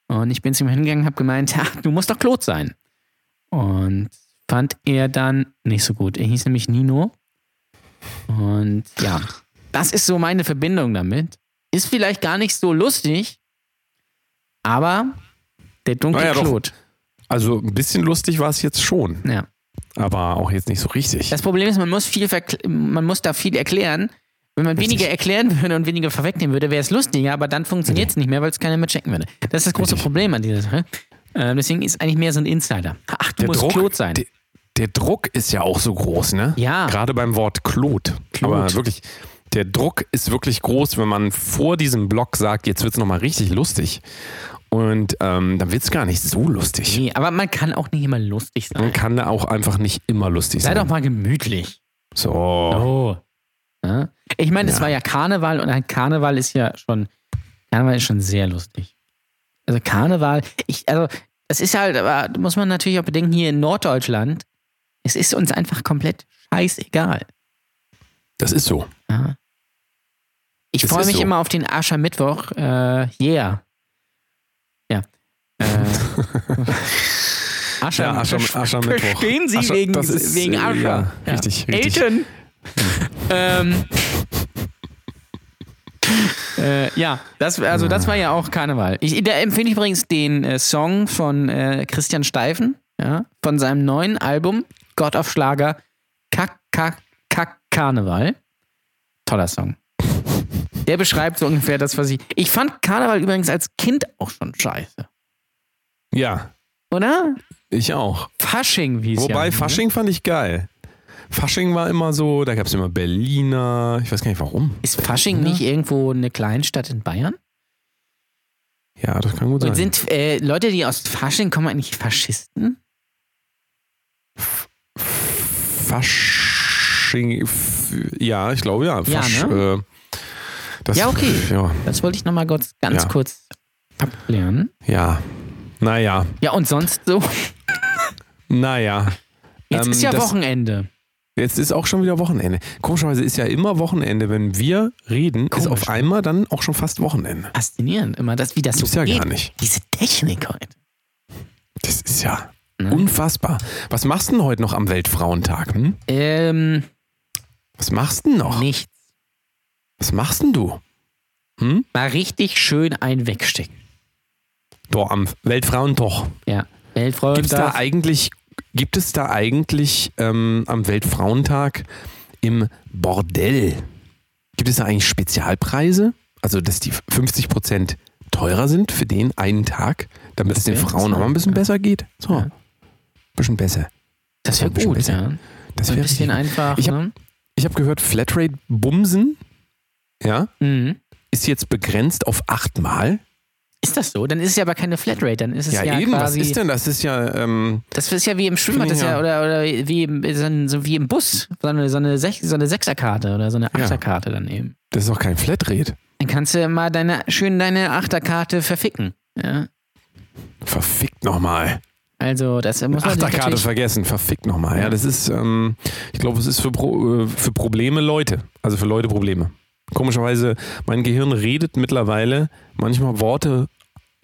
Speaker 3: Und ich bin zu ihm hingegangen und habe gemeint, "Ha, du musst doch Klot sein. Und fand er dann nicht so gut. Er hieß nämlich Nino. Und ja, das ist so meine Verbindung damit. Ist vielleicht gar nicht so lustig, aber der dunkle
Speaker 2: Naja, doch.
Speaker 3: Klot.
Speaker 2: Also ein bisschen lustig war es jetzt schon,
Speaker 3: Ja.
Speaker 2: aber auch jetzt nicht so richtig.
Speaker 3: Das Problem ist, man muss, viel verkl- man muss da viel erklären. Wenn man weniger erklären würde und weniger vorwegnehmen würde, wäre es lustiger, aber dann funktioniert es nicht mehr, weil es keiner mehr checken würde. Das ist das große Problem an dieser Sache. Ähm, deswegen ist eigentlich mehr so ein Insider. Ach, du musst Klot sein.
Speaker 2: Der, der Druck ist ja auch so groß, ne?
Speaker 3: Ja.
Speaker 2: Gerade beim Wort Klot.
Speaker 3: Klot.
Speaker 2: Aber wirklich, der Druck ist wirklich groß, wenn man vor diesem Block sagt, jetzt wird es nochmal richtig lustig. Und ähm, dann wird es gar nicht so lustig.
Speaker 3: Nee, aber man kann auch nicht immer lustig sein.
Speaker 2: Man kann da auch einfach nicht immer lustig
Speaker 3: Sei
Speaker 2: sein.
Speaker 3: doch mal gemütlich.
Speaker 2: so.
Speaker 3: Oh. Ja? Ich meine, es war ja Karneval und ein Karneval ist ja schon, Karneval ist schon sehr lustig. Also Karneval, ich, also das ist halt, aber muss man natürlich auch bedenken, hier in Norddeutschland, es ist uns einfach komplett scheißegal.
Speaker 2: Das ist so.
Speaker 3: Ich
Speaker 2: Es
Speaker 3: freue
Speaker 2: ist
Speaker 3: mich
Speaker 2: so.
Speaker 3: immer auf den Aschermittwoch. Äh, yeah. Ja. Äh, Ascher,
Speaker 2: Ja, Ascher- Aschermittwoch.
Speaker 3: Verstehen Sie
Speaker 2: Ascher-
Speaker 3: wegen,
Speaker 2: das ist,
Speaker 3: wegen
Speaker 2: äh,
Speaker 3: Ascher.
Speaker 2: ja, richtig, richtig.
Speaker 3: Eltern. ähm, äh, ja, das, also das war ja auch Karneval. Ich, da empfehle ich übrigens den äh, Song von äh, Christian Steifen, ja, von seinem neuen Album Gott auf Schlager, Kack, Kack, Kack, Karneval. Toller Song. Der beschreibt so ungefähr das, was ich. Ich fand Karneval übrigens als Kind auch schon scheiße.
Speaker 2: Ja,
Speaker 3: Oder?
Speaker 2: ich auch.
Speaker 3: Fasching, wie es
Speaker 2: Wobei
Speaker 3: ja ne?
Speaker 2: Fasching fand ich geil. Fasching war immer so, da gab es immer Berliner, ich weiß gar nicht warum.
Speaker 3: Ist Fasching nicht irgendwo eine Kleinstadt in Bayern?
Speaker 2: Ja, das kann gut sein.
Speaker 3: Und sind äh, Leute, die aus Fasching kommen, eigentlich Faschisten?
Speaker 2: Fasching. f- Ja, ich glaube ja.
Speaker 3: Ja, ne?
Speaker 2: Fasch, äh, das,
Speaker 3: Ja, okay.
Speaker 2: Ja,
Speaker 3: Das wollte ich nochmal ganz, ganz
Speaker 2: Ja.
Speaker 3: kurz abklären.
Speaker 2: ja. Naja,
Speaker 3: Ja, und sonst so.
Speaker 2: naja.
Speaker 3: Jetzt
Speaker 2: Ähm,
Speaker 3: ist ja
Speaker 2: das-
Speaker 3: Wochenende.
Speaker 2: Jetzt ist auch schon wieder Wochenende. Komischerweise ist ja immer Wochenende. Wenn wir reden, ist
Speaker 3: Komisch.
Speaker 2: auf einmal dann auch schon fast Wochenende.
Speaker 3: Faszinierend immer, das, wie das
Speaker 2: Gibt's
Speaker 3: so
Speaker 2: ja
Speaker 3: geht.
Speaker 2: gar nicht.
Speaker 3: Diese Technik heute.
Speaker 2: Das ist ja
Speaker 3: Mhm.
Speaker 2: unfassbar. Was machst du denn heute noch am Weltfrauentag? Hm?
Speaker 3: Ähm,
Speaker 2: Was machst du denn noch?
Speaker 3: nichts.
Speaker 2: Was machst denn du?
Speaker 3: Mal richtig schön ein wegstecken.
Speaker 2: Doch, am Weltfrauentag.
Speaker 3: Ja. Weltfreunde.
Speaker 2: Gibt es da eigentlich, gibt es da eigentlich ähm, am Weltfrauentag im Bordell, gibt es da eigentlich Spezialpreise? Also, dass die 50 Prozent teurer sind für den einen Tag, damit es den
Speaker 3: wär
Speaker 2: Frauen auch mal ein bisschen besser geht? So, ein bisschen besser.
Speaker 3: das wäre
Speaker 2: ein bisschen
Speaker 3: gut,
Speaker 2: besser.
Speaker 3: ja.
Speaker 2: Das
Speaker 3: Ein
Speaker 2: wäre richtig.
Speaker 3: bisschen einfach.
Speaker 2: Ich hab-
Speaker 3: ne?
Speaker 2: Ich habe gehört, Flatrate Bumsen, ja,
Speaker 3: mhm.
Speaker 2: ist jetzt begrenzt auf achtmal.
Speaker 3: Ist das so? Dann ist es ja aber keine Flatrate, dann ist es ja,
Speaker 2: Ja, eben, was
Speaker 3: quasi.
Speaker 2: ist denn? Das ist ja, ähm,
Speaker 3: Das ist ja wie im Schwimmbad,
Speaker 2: Finde
Speaker 3: das
Speaker 2: ich
Speaker 3: ist ja,
Speaker 2: ja.
Speaker 3: oder, oder wie, im, so, ein- so wie im Bus. So eine, so eine, Sech, so eine Sechserkarte oder so eine
Speaker 2: Ja.
Speaker 3: Achterkarte dann eben.
Speaker 2: das ist auch kein Flatrate.
Speaker 3: Dann kannst du mal deine, schön deine Achterkarte verficken. Ja?
Speaker 2: Verfickt nochmal.
Speaker 3: Also, das muss man sich
Speaker 2: Achterkarte
Speaker 3: natürlich.
Speaker 2: vergessen, verfickt nochmal. Ja, das ist, ähm, ich glaube, es ist für, Pro, äh, für Probleme Leute. Also für Leute Probleme. Komischerweise, mein Gehirn redet mittlerweile manchmal Worte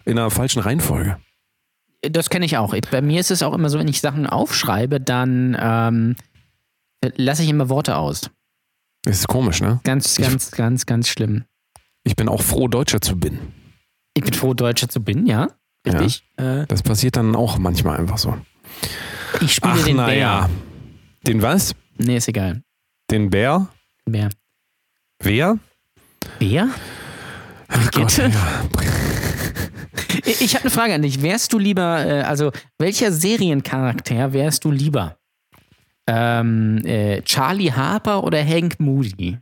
Speaker 2: in einer falschen Reihenfolge.
Speaker 3: Das kenne ich auch. Ich- Bei mir ist es auch immer so, wenn ich Sachen aufschreibe, dann ähm, lasse ich immer Worte aus.
Speaker 2: Das ist komisch, ne?
Speaker 3: Ganz,
Speaker 2: Ich-
Speaker 3: ganz, ganz, ganz schlimm.
Speaker 2: Ich bin auch froh, Deutscher zu bin.
Speaker 3: Ich bin froh, Deutscher zu bin, ja. Richtig. Äh,
Speaker 2: Das passiert dann auch manchmal einfach so.
Speaker 3: ich spiele den Bär.
Speaker 2: Den was?
Speaker 3: Nee, ist egal.
Speaker 2: Den Bär?
Speaker 3: Bär.
Speaker 2: Wer?
Speaker 3: Bär?
Speaker 2: Ach Gott,
Speaker 3: Brigitte?
Speaker 2: ja.
Speaker 3: Ich, ich habe eine Frage an dich. Wärst du lieber, äh, also welcher Seriencharakter wärst du lieber? Ähm, äh, Charlie Harper oder Hank Moody?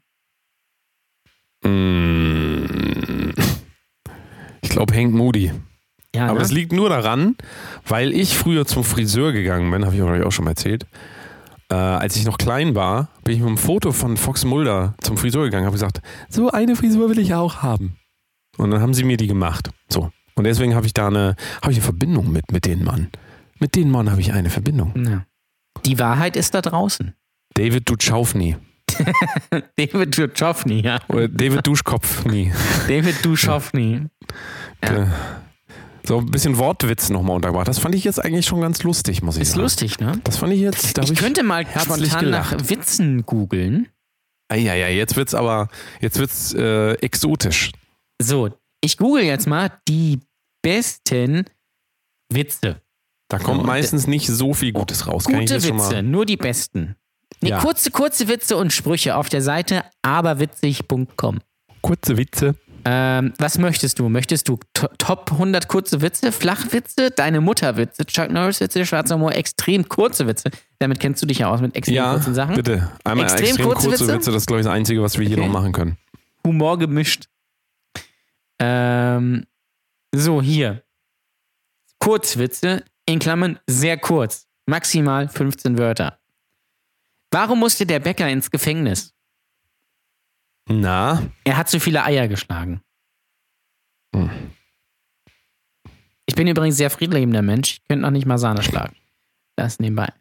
Speaker 2: Ich glaube, Hank Moody.
Speaker 3: Ja,
Speaker 2: Aber
Speaker 3: ne?
Speaker 2: das liegt nur daran, weil ich früher zum Friseur gegangen bin, habe ich euch auch schon mal erzählt. Äh, als ich noch klein war, bin ich mit einem Foto von Fox Mulder zum Friseur gegangen, habe gesagt, so eine Frisur will ich auch haben. Und dann haben sie mir die gemacht. So. Und deswegen habe ich da eine, habe ich eine Verbindung mit, mit den Mann. Mit den Mann habe ich eine Verbindung.
Speaker 3: Ja. Die Wahrheit ist da draußen.
Speaker 2: David Duchovny.
Speaker 3: David Duchovny, ja.
Speaker 2: Oder David Duschkopfny.
Speaker 3: David Duchovny.
Speaker 2: So ein bisschen Wortwitz nochmal untergebracht. Das fand ich jetzt eigentlich schon ganz lustig, muss ich
Speaker 3: Ist
Speaker 2: sagen.
Speaker 3: lustig, ne?
Speaker 2: Das fand ich jetzt. Da hab
Speaker 3: Ich könnte mal
Speaker 2: herzlich
Speaker 3: spontan nach
Speaker 2: gelacht.
Speaker 3: Witzen googeln.
Speaker 2: Ja, ja, jetzt wird's aber jetzt wird's äh, exotisch.
Speaker 3: So, ich google jetzt mal die besten Witze.
Speaker 2: Da kommt
Speaker 3: Ja,
Speaker 2: meistens nicht so viel Gutes raus. Kann ich
Speaker 3: Oh, Gute
Speaker 2: jetzt schon
Speaker 3: Witze,
Speaker 2: mal.
Speaker 3: nur die besten. Nee,
Speaker 2: Ja.
Speaker 3: kurze, kurze Witze und Sprüche auf der Seite aberwitzig.com.
Speaker 2: Kurze Witze.
Speaker 3: Ähm, was möchtest du? Möchtest du to Top 100 kurze Witze, Flachwitze, deine Mutterwitze, Chuck Norris Witze, schwarzer Humor, extrem kurze Witze? Damit kennst du dich ja aus mit extrem
Speaker 2: Ja,
Speaker 3: kurzen Sachen.
Speaker 2: bitte. Einmal
Speaker 3: Extrem
Speaker 2: extrem,
Speaker 3: kurze
Speaker 2: kurze,
Speaker 3: Witze?
Speaker 2: Witze. Das ist, glaube ich, das Einzige, was wir hier
Speaker 3: Okay.
Speaker 2: noch machen können.
Speaker 3: Humor gemischt. Ähm, so, hier. Kurzwitze, in Klammern sehr kurz. Maximal 15 Wörter. Warum musste der Bäcker ins Gefängnis?
Speaker 2: Na,
Speaker 3: Er hat zu viele Eier geschlagen.
Speaker 2: Hm.
Speaker 3: Ich bin übrigens sehr friedliebender Mensch. Ich könnte noch nicht mal Sahne schlagen. Das nebenbei.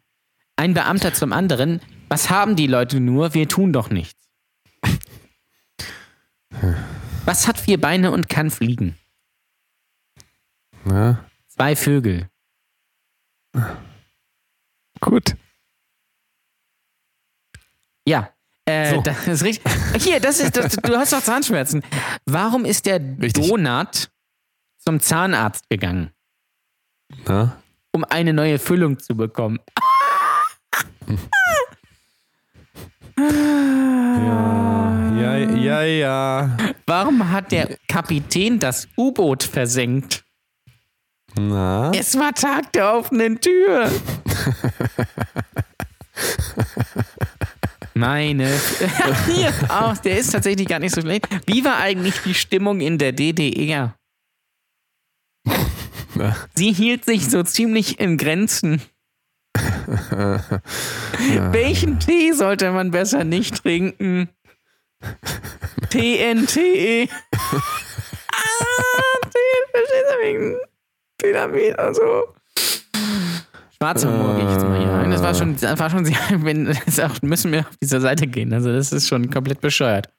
Speaker 3: Ein Beamter zum anderen. Was haben die Leute nur? Wir tun doch nichts. Was hat vier Beine und kann fliegen?
Speaker 2: na,
Speaker 3: Zwei Vögel.
Speaker 2: gut.
Speaker 3: Ja. Äh,
Speaker 2: So.
Speaker 3: Das ist richtig. Hier, das ist, das, du hast doch Zahnschmerzen. Warum ist der
Speaker 2: Richtig.
Speaker 3: Donut zum Zahnarzt gegangen?
Speaker 2: Na,
Speaker 3: um eine neue Füllung zu bekommen.
Speaker 2: ja, ja, ja.
Speaker 3: Warum hat der Kapitän das U-Boot versenkt?
Speaker 2: Na,
Speaker 3: Es war Tag der offenen Tür. Meine. F- Hier, auch, der ist tatsächlich gar nicht so schlecht. Wie war eigentlich die Stimmung in der DDR?
Speaker 2: ne?
Speaker 3: Sie hielt sich so ziemlich in Grenzen. Welchen Tee sollte man besser nicht trinken? TNT. ah, Tee, verstehst du wegen Dynamit und so. Schwarzer Humor gehe ich jetzt mal hier ein. Das war schon, das war schon sehr, wenn, das auch, müssen wir auf dieser Seite gehen. Also, das ist schon komplett bescheuert.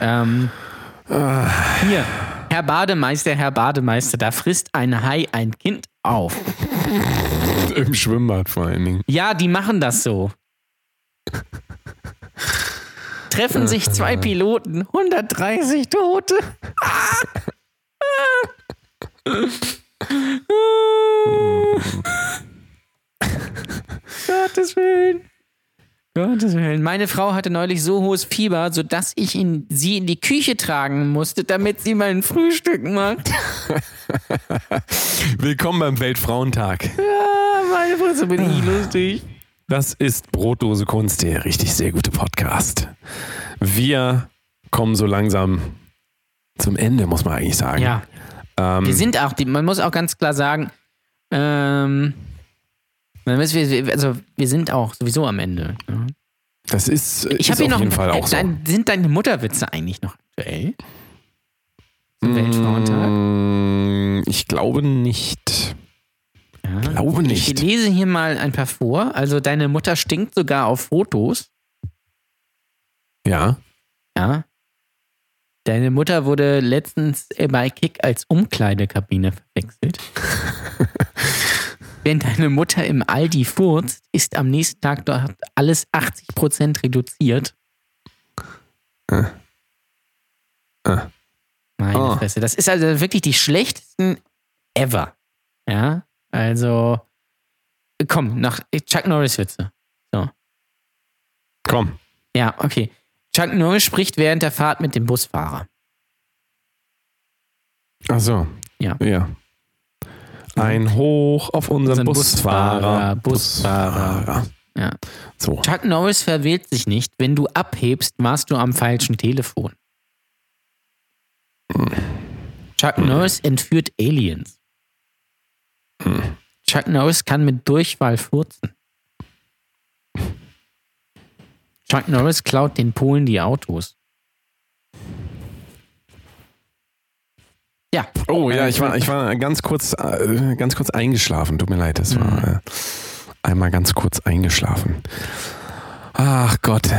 Speaker 3: Ähm, hier, Herr Bademeister, Herr Bademeister, da frisst ein Hai ein Kind auf.
Speaker 2: Im Schwimmbad vor allen Dingen.
Speaker 3: Ja, die machen das so. Treffen sich zwei Piloten, 130 Tote. Ah! Ah! Gottes Willen. Gottes Willen. Meine Frau hatte neulich so hohes Fieber, sodass ich ihn, sie in die Küche tragen musste, damit sie mein Frühstück macht.
Speaker 2: Willkommen beim Weltfrauentag.
Speaker 3: Ah, meine Fresse, bin ich lustig.
Speaker 2: Das ist Brotdose Kunst, der richtig sehr gute Podcast. Wir kommen so langsam zum Ende, muss man eigentlich sagen.
Speaker 3: Ja. wir sind auch, die, man muss auch ganz klar sagen, ähm, man muss, wir, also wir sind auch sowieso am Ende. ne?
Speaker 2: Das ist, äh,
Speaker 3: Ich
Speaker 2: ist
Speaker 3: habe hier
Speaker 2: auf
Speaker 3: noch
Speaker 2: jeden Fall auch so.
Speaker 3: dein, sind deine Mutterwitze eigentlich noch aktuell? Zum Weltfrauentag.
Speaker 2: Mm, Ich glaube nicht.
Speaker 3: Ah,
Speaker 2: Ich glaube
Speaker 3: Ich
Speaker 2: nicht.
Speaker 3: lese hier mal ein paar vor. Also deine Mutter stinkt sogar auf Fotos.
Speaker 2: Ja.
Speaker 3: Ja. Deine Mutter wurde letztens bei Kick als Umkleidekabine verwechselt. Wenn deine Mutter im Aldi furzt, ist am nächsten Tag dort alles 80% reduziert. Meine
Speaker 2: Ah.
Speaker 3: Fresse. Das ist also wirklich die schlechtesten ever. Ja, also komm, nach Chuck Norris Witze.
Speaker 2: Komm.
Speaker 3: Ja, okay. Chuck Norris spricht während der Fahrt mit dem Busfahrer.
Speaker 2: Ach so.
Speaker 3: Ja.
Speaker 2: Ja. Ein Hoch auf unseren
Speaker 3: Unseren
Speaker 2: Busfahrer.
Speaker 3: Busfahrer, Busfahrer. Ja.
Speaker 2: So.
Speaker 3: Chuck Norris verwählt sich nicht. Wenn du abhebst, warst du am falschen Telefon. Chuck Norris entführt Aliens. Chuck Norris kann mit Durchfall furzen. Chuck Norris klaut den Polen die Autos. Ja.
Speaker 2: Oh ja, ich war, ich war ganz kurz, äh, ganz kurz eingeschlafen. Tut mir leid, das
Speaker 3: Hm.
Speaker 2: war äh, einmal ganz kurz eingeschlafen. Ach Gott.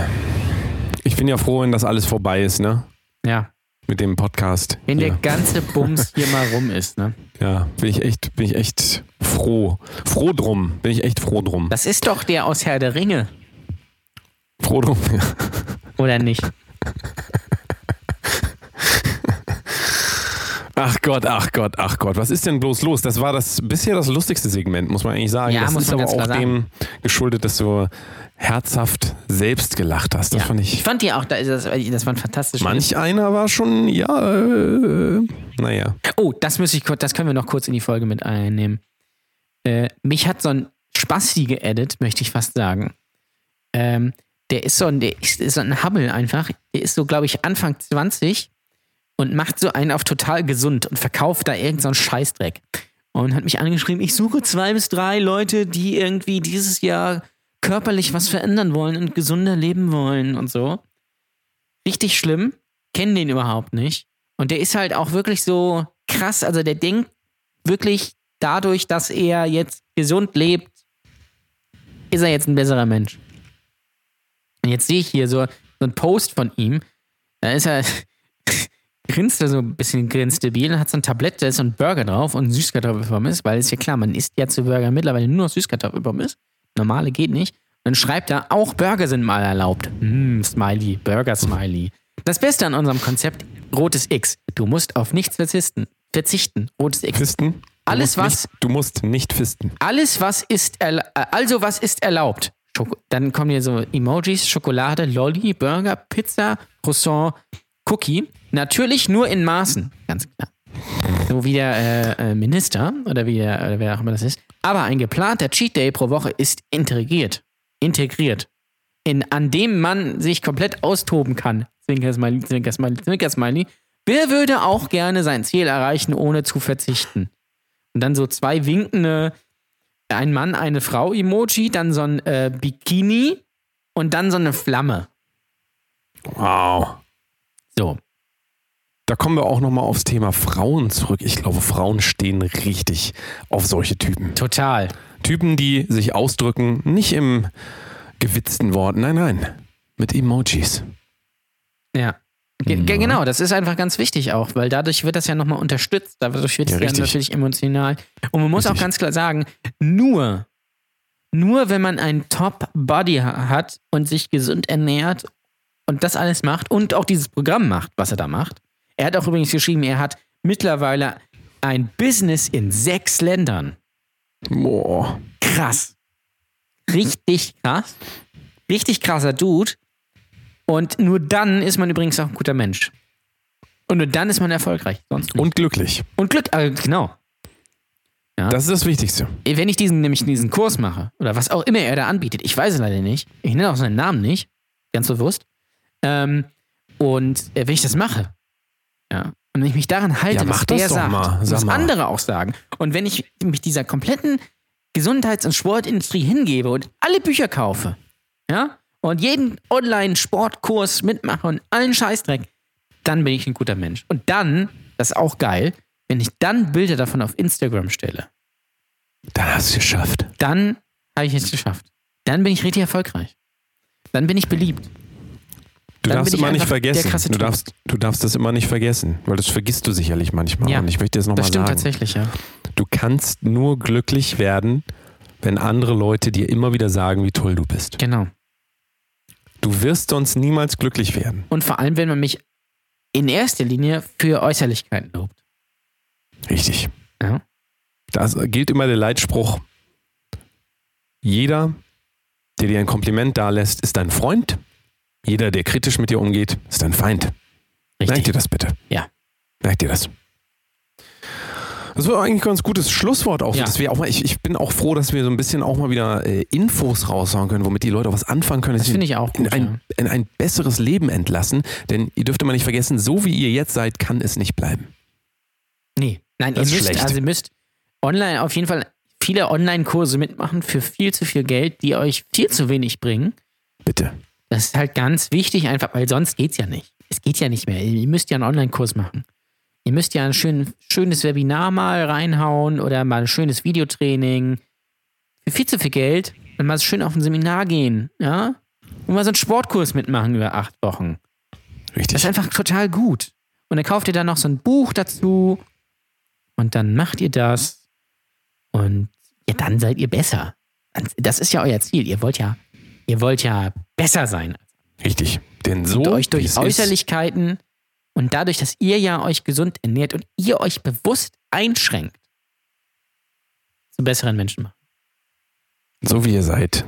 Speaker 2: Ich bin ja froh, wenn das alles vorbei ist, ne?
Speaker 3: Ja.
Speaker 2: Mit dem Podcast.
Speaker 3: Wenn der
Speaker 2: hier.
Speaker 3: ganze Bums hier mal rum ist, ne?
Speaker 2: Ja, bin ich echt, bin ich echt froh. Froh drum. Bin ich echt froh drum.
Speaker 3: Das ist doch der aus Herr der Ringe,
Speaker 2: Froh drum. Ja.
Speaker 3: oder nicht?
Speaker 2: Ach Gott, ach Gott, ach Gott. Was ist denn bloß los? Das war das bisher das lustigste Segment, muss man eigentlich sagen.
Speaker 3: Ja,
Speaker 2: das
Speaker 3: muss
Speaker 2: ist
Speaker 3: man
Speaker 2: aber
Speaker 3: ganz
Speaker 2: auch
Speaker 3: klar
Speaker 2: dem geschuldet, dass du herzhaft selbst gelacht hast. Das
Speaker 3: Ja.
Speaker 2: fand
Speaker 3: Ich
Speaker 2: ich.
Speaker 3: fand die auch, da- das, das waren fantastische.
Speaker 2: Manch einer war schon, ja, äh, naja.
Speaker 3: Oh, das müsste ich kurz, das können wir noch kurz in die Folge mit einnehmen. Äh, mich hat so ein Spasti geedit, möchte ich fast sagen. Ähm, der ist so ein, der ist, ist so ein Hubble einfach. Der ist so, glaube ich, Anfang 20 und macht so einen auf total gesund und verkauft da irgendeinen so einen Scheißdreck. Und hat mich angeschrieben, ich suche zwei bis drei Leute, die irgendwie dieses Jahr körperlich was verändern wollen und gesunder leben wollen und so. Richtig schlimm. Kennen den überhaupt nicht. Und der ist halt auch wirklich so krass. Also der denkt wirklich dadurch, dass er jetzt gesund lebt, ist er jetzt ein besserer Mensch. Und jetzt sehe ich hier so, so einen Post von ihm. Da ist er, grinst er so ein bisschen grinsdebil und hat so ein Tablett, da ist so ein Burger drauf und Süßkartoffelpommes, weil ist ja klar, man isst ja zu Burger mittlerweile nur noch Süßkartoffelpommes. Normale geht nicht. Dann schreibt er, auch Burger sind mal erlaubt. Mm, Smiley, Burger Smiley. Das Beste an unserem Konzept, rotes X. Du musst auf nichts verzichten. Verzichten, rotes X.
Speaker 2: Fisten. Du musst
Speaker 3: Alles, was-
Speaker 2: Nicht, du musst nicht fisten.
Speaker 3: Alles, was ist erla- äh, also was ist erlaubt? Schoko Dann kommen hier so Emojis, Schokolade, Lolli, Burger, Pizza, Croissant, Cookie. Natürlich nur in Maßen, ganz klar. So wie der äh, äh, Minister oder wie der, oder wer auch immer das ist. Aber ein geplanter Cheat Day pro Woche ist integriert. Integriert. In, an dem man sich komplett austoben kann. Zwinker Smiley, Zwinker Smiley, Zwinker Smiley. Wer würde auch gerne sein Ziel erreichen, ohne zu verzichten? Und Und dann so zwei winkende, ein Mann, eine Frau Emoji, dann so ein äh, Bikini und dann so eine Flamme.
Speaker 2: Wow.
Speaker 3: So.
Speaker 2: Da kommen wir auch nochmal aufs Thema Frauen zurück. Ich glaube, Frauen stehen richtig auf solche Typen.
Speaker 3: Total.
Speaker 2: Typen, die sich ausdrücken, nicht im gewitzten Wort, nein, nein, mit Emojis.
Speaker 3: Ja. Ge ge-
Speaker 2: Mhm.
Speaker 3: Genau, das ist einfach ganz wichtig auch, weil dadurch wird das ja nochmal unterstützt, dadurch wird
Speaker 2: Ja,
Speaker 3: es dann
Speaker 2: richtig.
Speaker 3: natürlich emotional. Und man muss
Speaker 2: Richtig.
Speaker 3: auch ganz klar sagen, nur, nur wenn man einen Top-Body ha- hat und sich gesund ernährt und das alles macht und auch dieses Programm macht, was er da macht. Er hat auch übrigens geschrieben, er hat mittlerweile ein Business in sechs Ländern.
Speaker 2: Boah.
Speaker 3: Krass. Richtig krass. Richtig krasser Dude. Und nur dann ist man übrigens auch ein guter Mensch. Und nur dann ist man erfolgreich. Sonst nicht.
Speaker 2: Und glücklich.
Speaker 3: und Glück, äh, genau.
Speaker 2: Das ist das Wichtigste.
Speaker 3: Wenn ich diesen nämlich diesen Kurs mache oder was auch immer er da anbietet, ich weiß es leider nicht. Ich nenne auch seinen Namen nicht, ganz bewusst. Ähm, und äh, wenn ich das mache, ja, und wenn ich mich daran halte,
Speaker 2: Ja, mach
Speaker 3: was
Speaker 2: das
Speaker 3: der
Speaker 2: doch
Speaker 3: sagt,
Speaker 2: mal, sag
Speaker 3: was
Speaker 2: mal.
Speaker 3: andere auch sagen, und wenn ich mich dieser kompletten Gesundheits- und Sportindustrie hingebe und alle Bücher kaufe, ja, und jeden Online-Sportkurs mitmache und allen Scheißdreck, dann bin ich ein guter Mensch. Und dann, das ist auch geil, wenn ich dann Bilder davon auf Instagram stelle
Speaker 2: Dann hast du es geschafft.
Speaker 3: dann habe ich
Speaker 2: Mhm.
Speaker 3: es geschafft. Dann bin ich richtig erfolgreich. Dann bin ich beliebt.
Speaker 2: Du
Speaker 3: Dann
Speaker 2: darfst
Speaker 3: bin ich
Speaker 2: immer nicht
Speaker 3: einfach der
Speaker 2: vergessen.
Speaker 3: krasse
Speaker 2: Du
Speaker 3: Typ.
Speaker 2: darfst, du darfst das immer nicht vergessen, weil das vergisst du sicherlich manchmal.
Speaker 3: Ja,
Speaker 2: Oh, Und ich möchte das nochmal
Speaker 3: das stimmt
Speaker 2: sagen.
Speaker 3: tatsächlich, ja.
Speaker 2: Du kannst nur glücklich werden, wenn andere Leute dir immer wieder sagen, wie toll du bist.
Speaker 3: Genau.
Speaker 2: Du wirst sonst niemals glücklich werden.
Speaker 3: Und vor allem, wenn man mich in erster Linie für Äußerlichkeiten lobt.
Speaker 2: Richtig.
Speaker 3: Ja.
Speaker 2: Das gilt immer der Leitspruch. Jeder, der dir ein Kompliment dalässt, ist dein Freund. Jeder, der kritisch mit dir umgeht, ist dein Feind. Merk dir das bitte.
Speaker 3: Ja.
Speaker 2: Merk dir das. Das war eigentlich ein ganz gutes Schlusswort auch,
Speaker 3: Ja.
Speaker 2: dass wir auch mal, ich, ich bin auch froh, dass wir so ein bisschen auch mal wieder äh, Infos raushauen können, womit die Leute auch was anfangen können. Das
Speaker 3: finde ich auch
Speaker 2: in,
Speaker 3: gut,
Speaker 2: ein, in ein besseres Leben entlassen, denn ihr dürft immer nicht vergessen, so wie ihr jetzt seid, kann es nicht bleiben.
Speaker 3: Nee. Nein, ihr
Speaker 2: Das ist
Speaker 3: müsst,
Speaker 2: schlecht.
Speaker 3: also ihr müsst online auf jeden Fall viele Online-Kurse mitmachen für viel zu viel Geld, die euch viel zu wenig bringen.
Speaker 2: Bitte.
Speaker 3: Das ist halt ganz wichtig einfach, weil sonst geht's ja nicht. Es geht ja nicht mehr. Ihr müsst ja einen Online-Kurs machen. Ihr müsst ja ein schön, schönes Webinar mal reinhauen oder mal ein schönes Videotraining. Für viel zu viel Geld. Dann mal schön auf ein Seminar gehen, ja? Und mal so einen Sportkurs mitmachen über acht Wochen. Das
Speaker 2: Richtig.
Speaker 3: ist einfach total gut. Und dann kauft ihr dann noch so ein Buch dazu und dann macht ihr das und ja, dann seid ihr besser. Das ist ja euer Ziel. Ihr wollt ja, ihr wollt ja besser sein
Speaker 2: Richtig. Denn so
Speaker 3: durch,
Speaker 2: wie
Speaker 3: durch
Speaker 2: es ist,
Speaker 3: Äußerlichkeiten und dadurch, dass ihr ja euch gesund ernährt und ihr euch bewusst einschränkt, zu besseren Menschen machen.
Speaker 2: so wie ihr seid,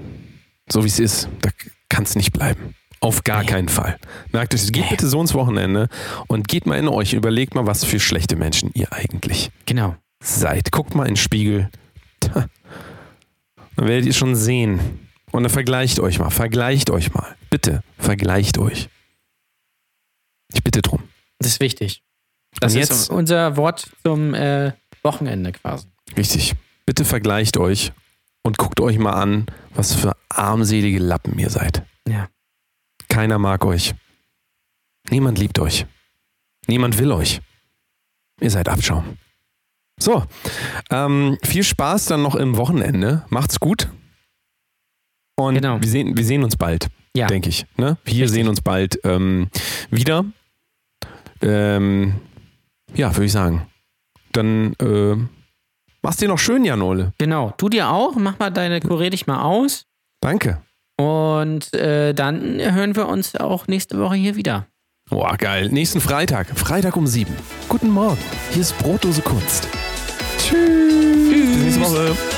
Speaker 2: so wie es ist, da kann es nicht bleiben. Auf gar keinen Fall. Merkt euch, geht bitte so ins Wochenende und geht mal in euch, überlegt mal, was für schlechte Menschen ihr eigentlich
Speaker 3: Genau.
Speaker 2: seid. Guckt mal in den Spiegel. Tja. Dann werdet ihr schon sehen. Und dann vergleicht euch mal. Vergleicht euch mal. Bitte, vergleicht euch. Ich bitte drum.
Speaker 3: Das ist wichtig. Das
Speaker 2: Und
Speaker 3: ist
Speaker 2: jetzt-
Speaker 3: unser Wort zum äh, Wochenende quasi.
Speaker 2: Richtig. Bitte vergleicht euch und guckt euch mal an, was für armselige Lappen ihr seid.
Speaker 3: Ja.
Speaker 2: Keiner mag euch. Niemand liebt euch. Niemand will euch. Ihr seid Abschaum. So, ähm, viel Spaß dann noch im Wochenende. Macht's gut. Und
Speaker 3: Genau.
Speaker 2: wir, sehen, wir sehen uns bald,
Speaker 3: Ja.
Speaker 2: denke ich. Ne? Wir sehen uns bald ähm, wieder. Ähm, ja, würde ich sagen. Dann äh, mach's dir noch schön, Janole.
Speaker 3: Genau. Du dir auch. Mach mal deine Kurier dich mal aus.
Speaker 2: Danke.
Speaker 3: Und äh, dann hören wir uns auch nächste Woche hier wieder.
Speaker 2: Boah, geil. Nächsten Freitag. Freitag um sieben. Guten Morgen. Hier ist Brotdose Kunst. Tschüss. Bis nächste Woche.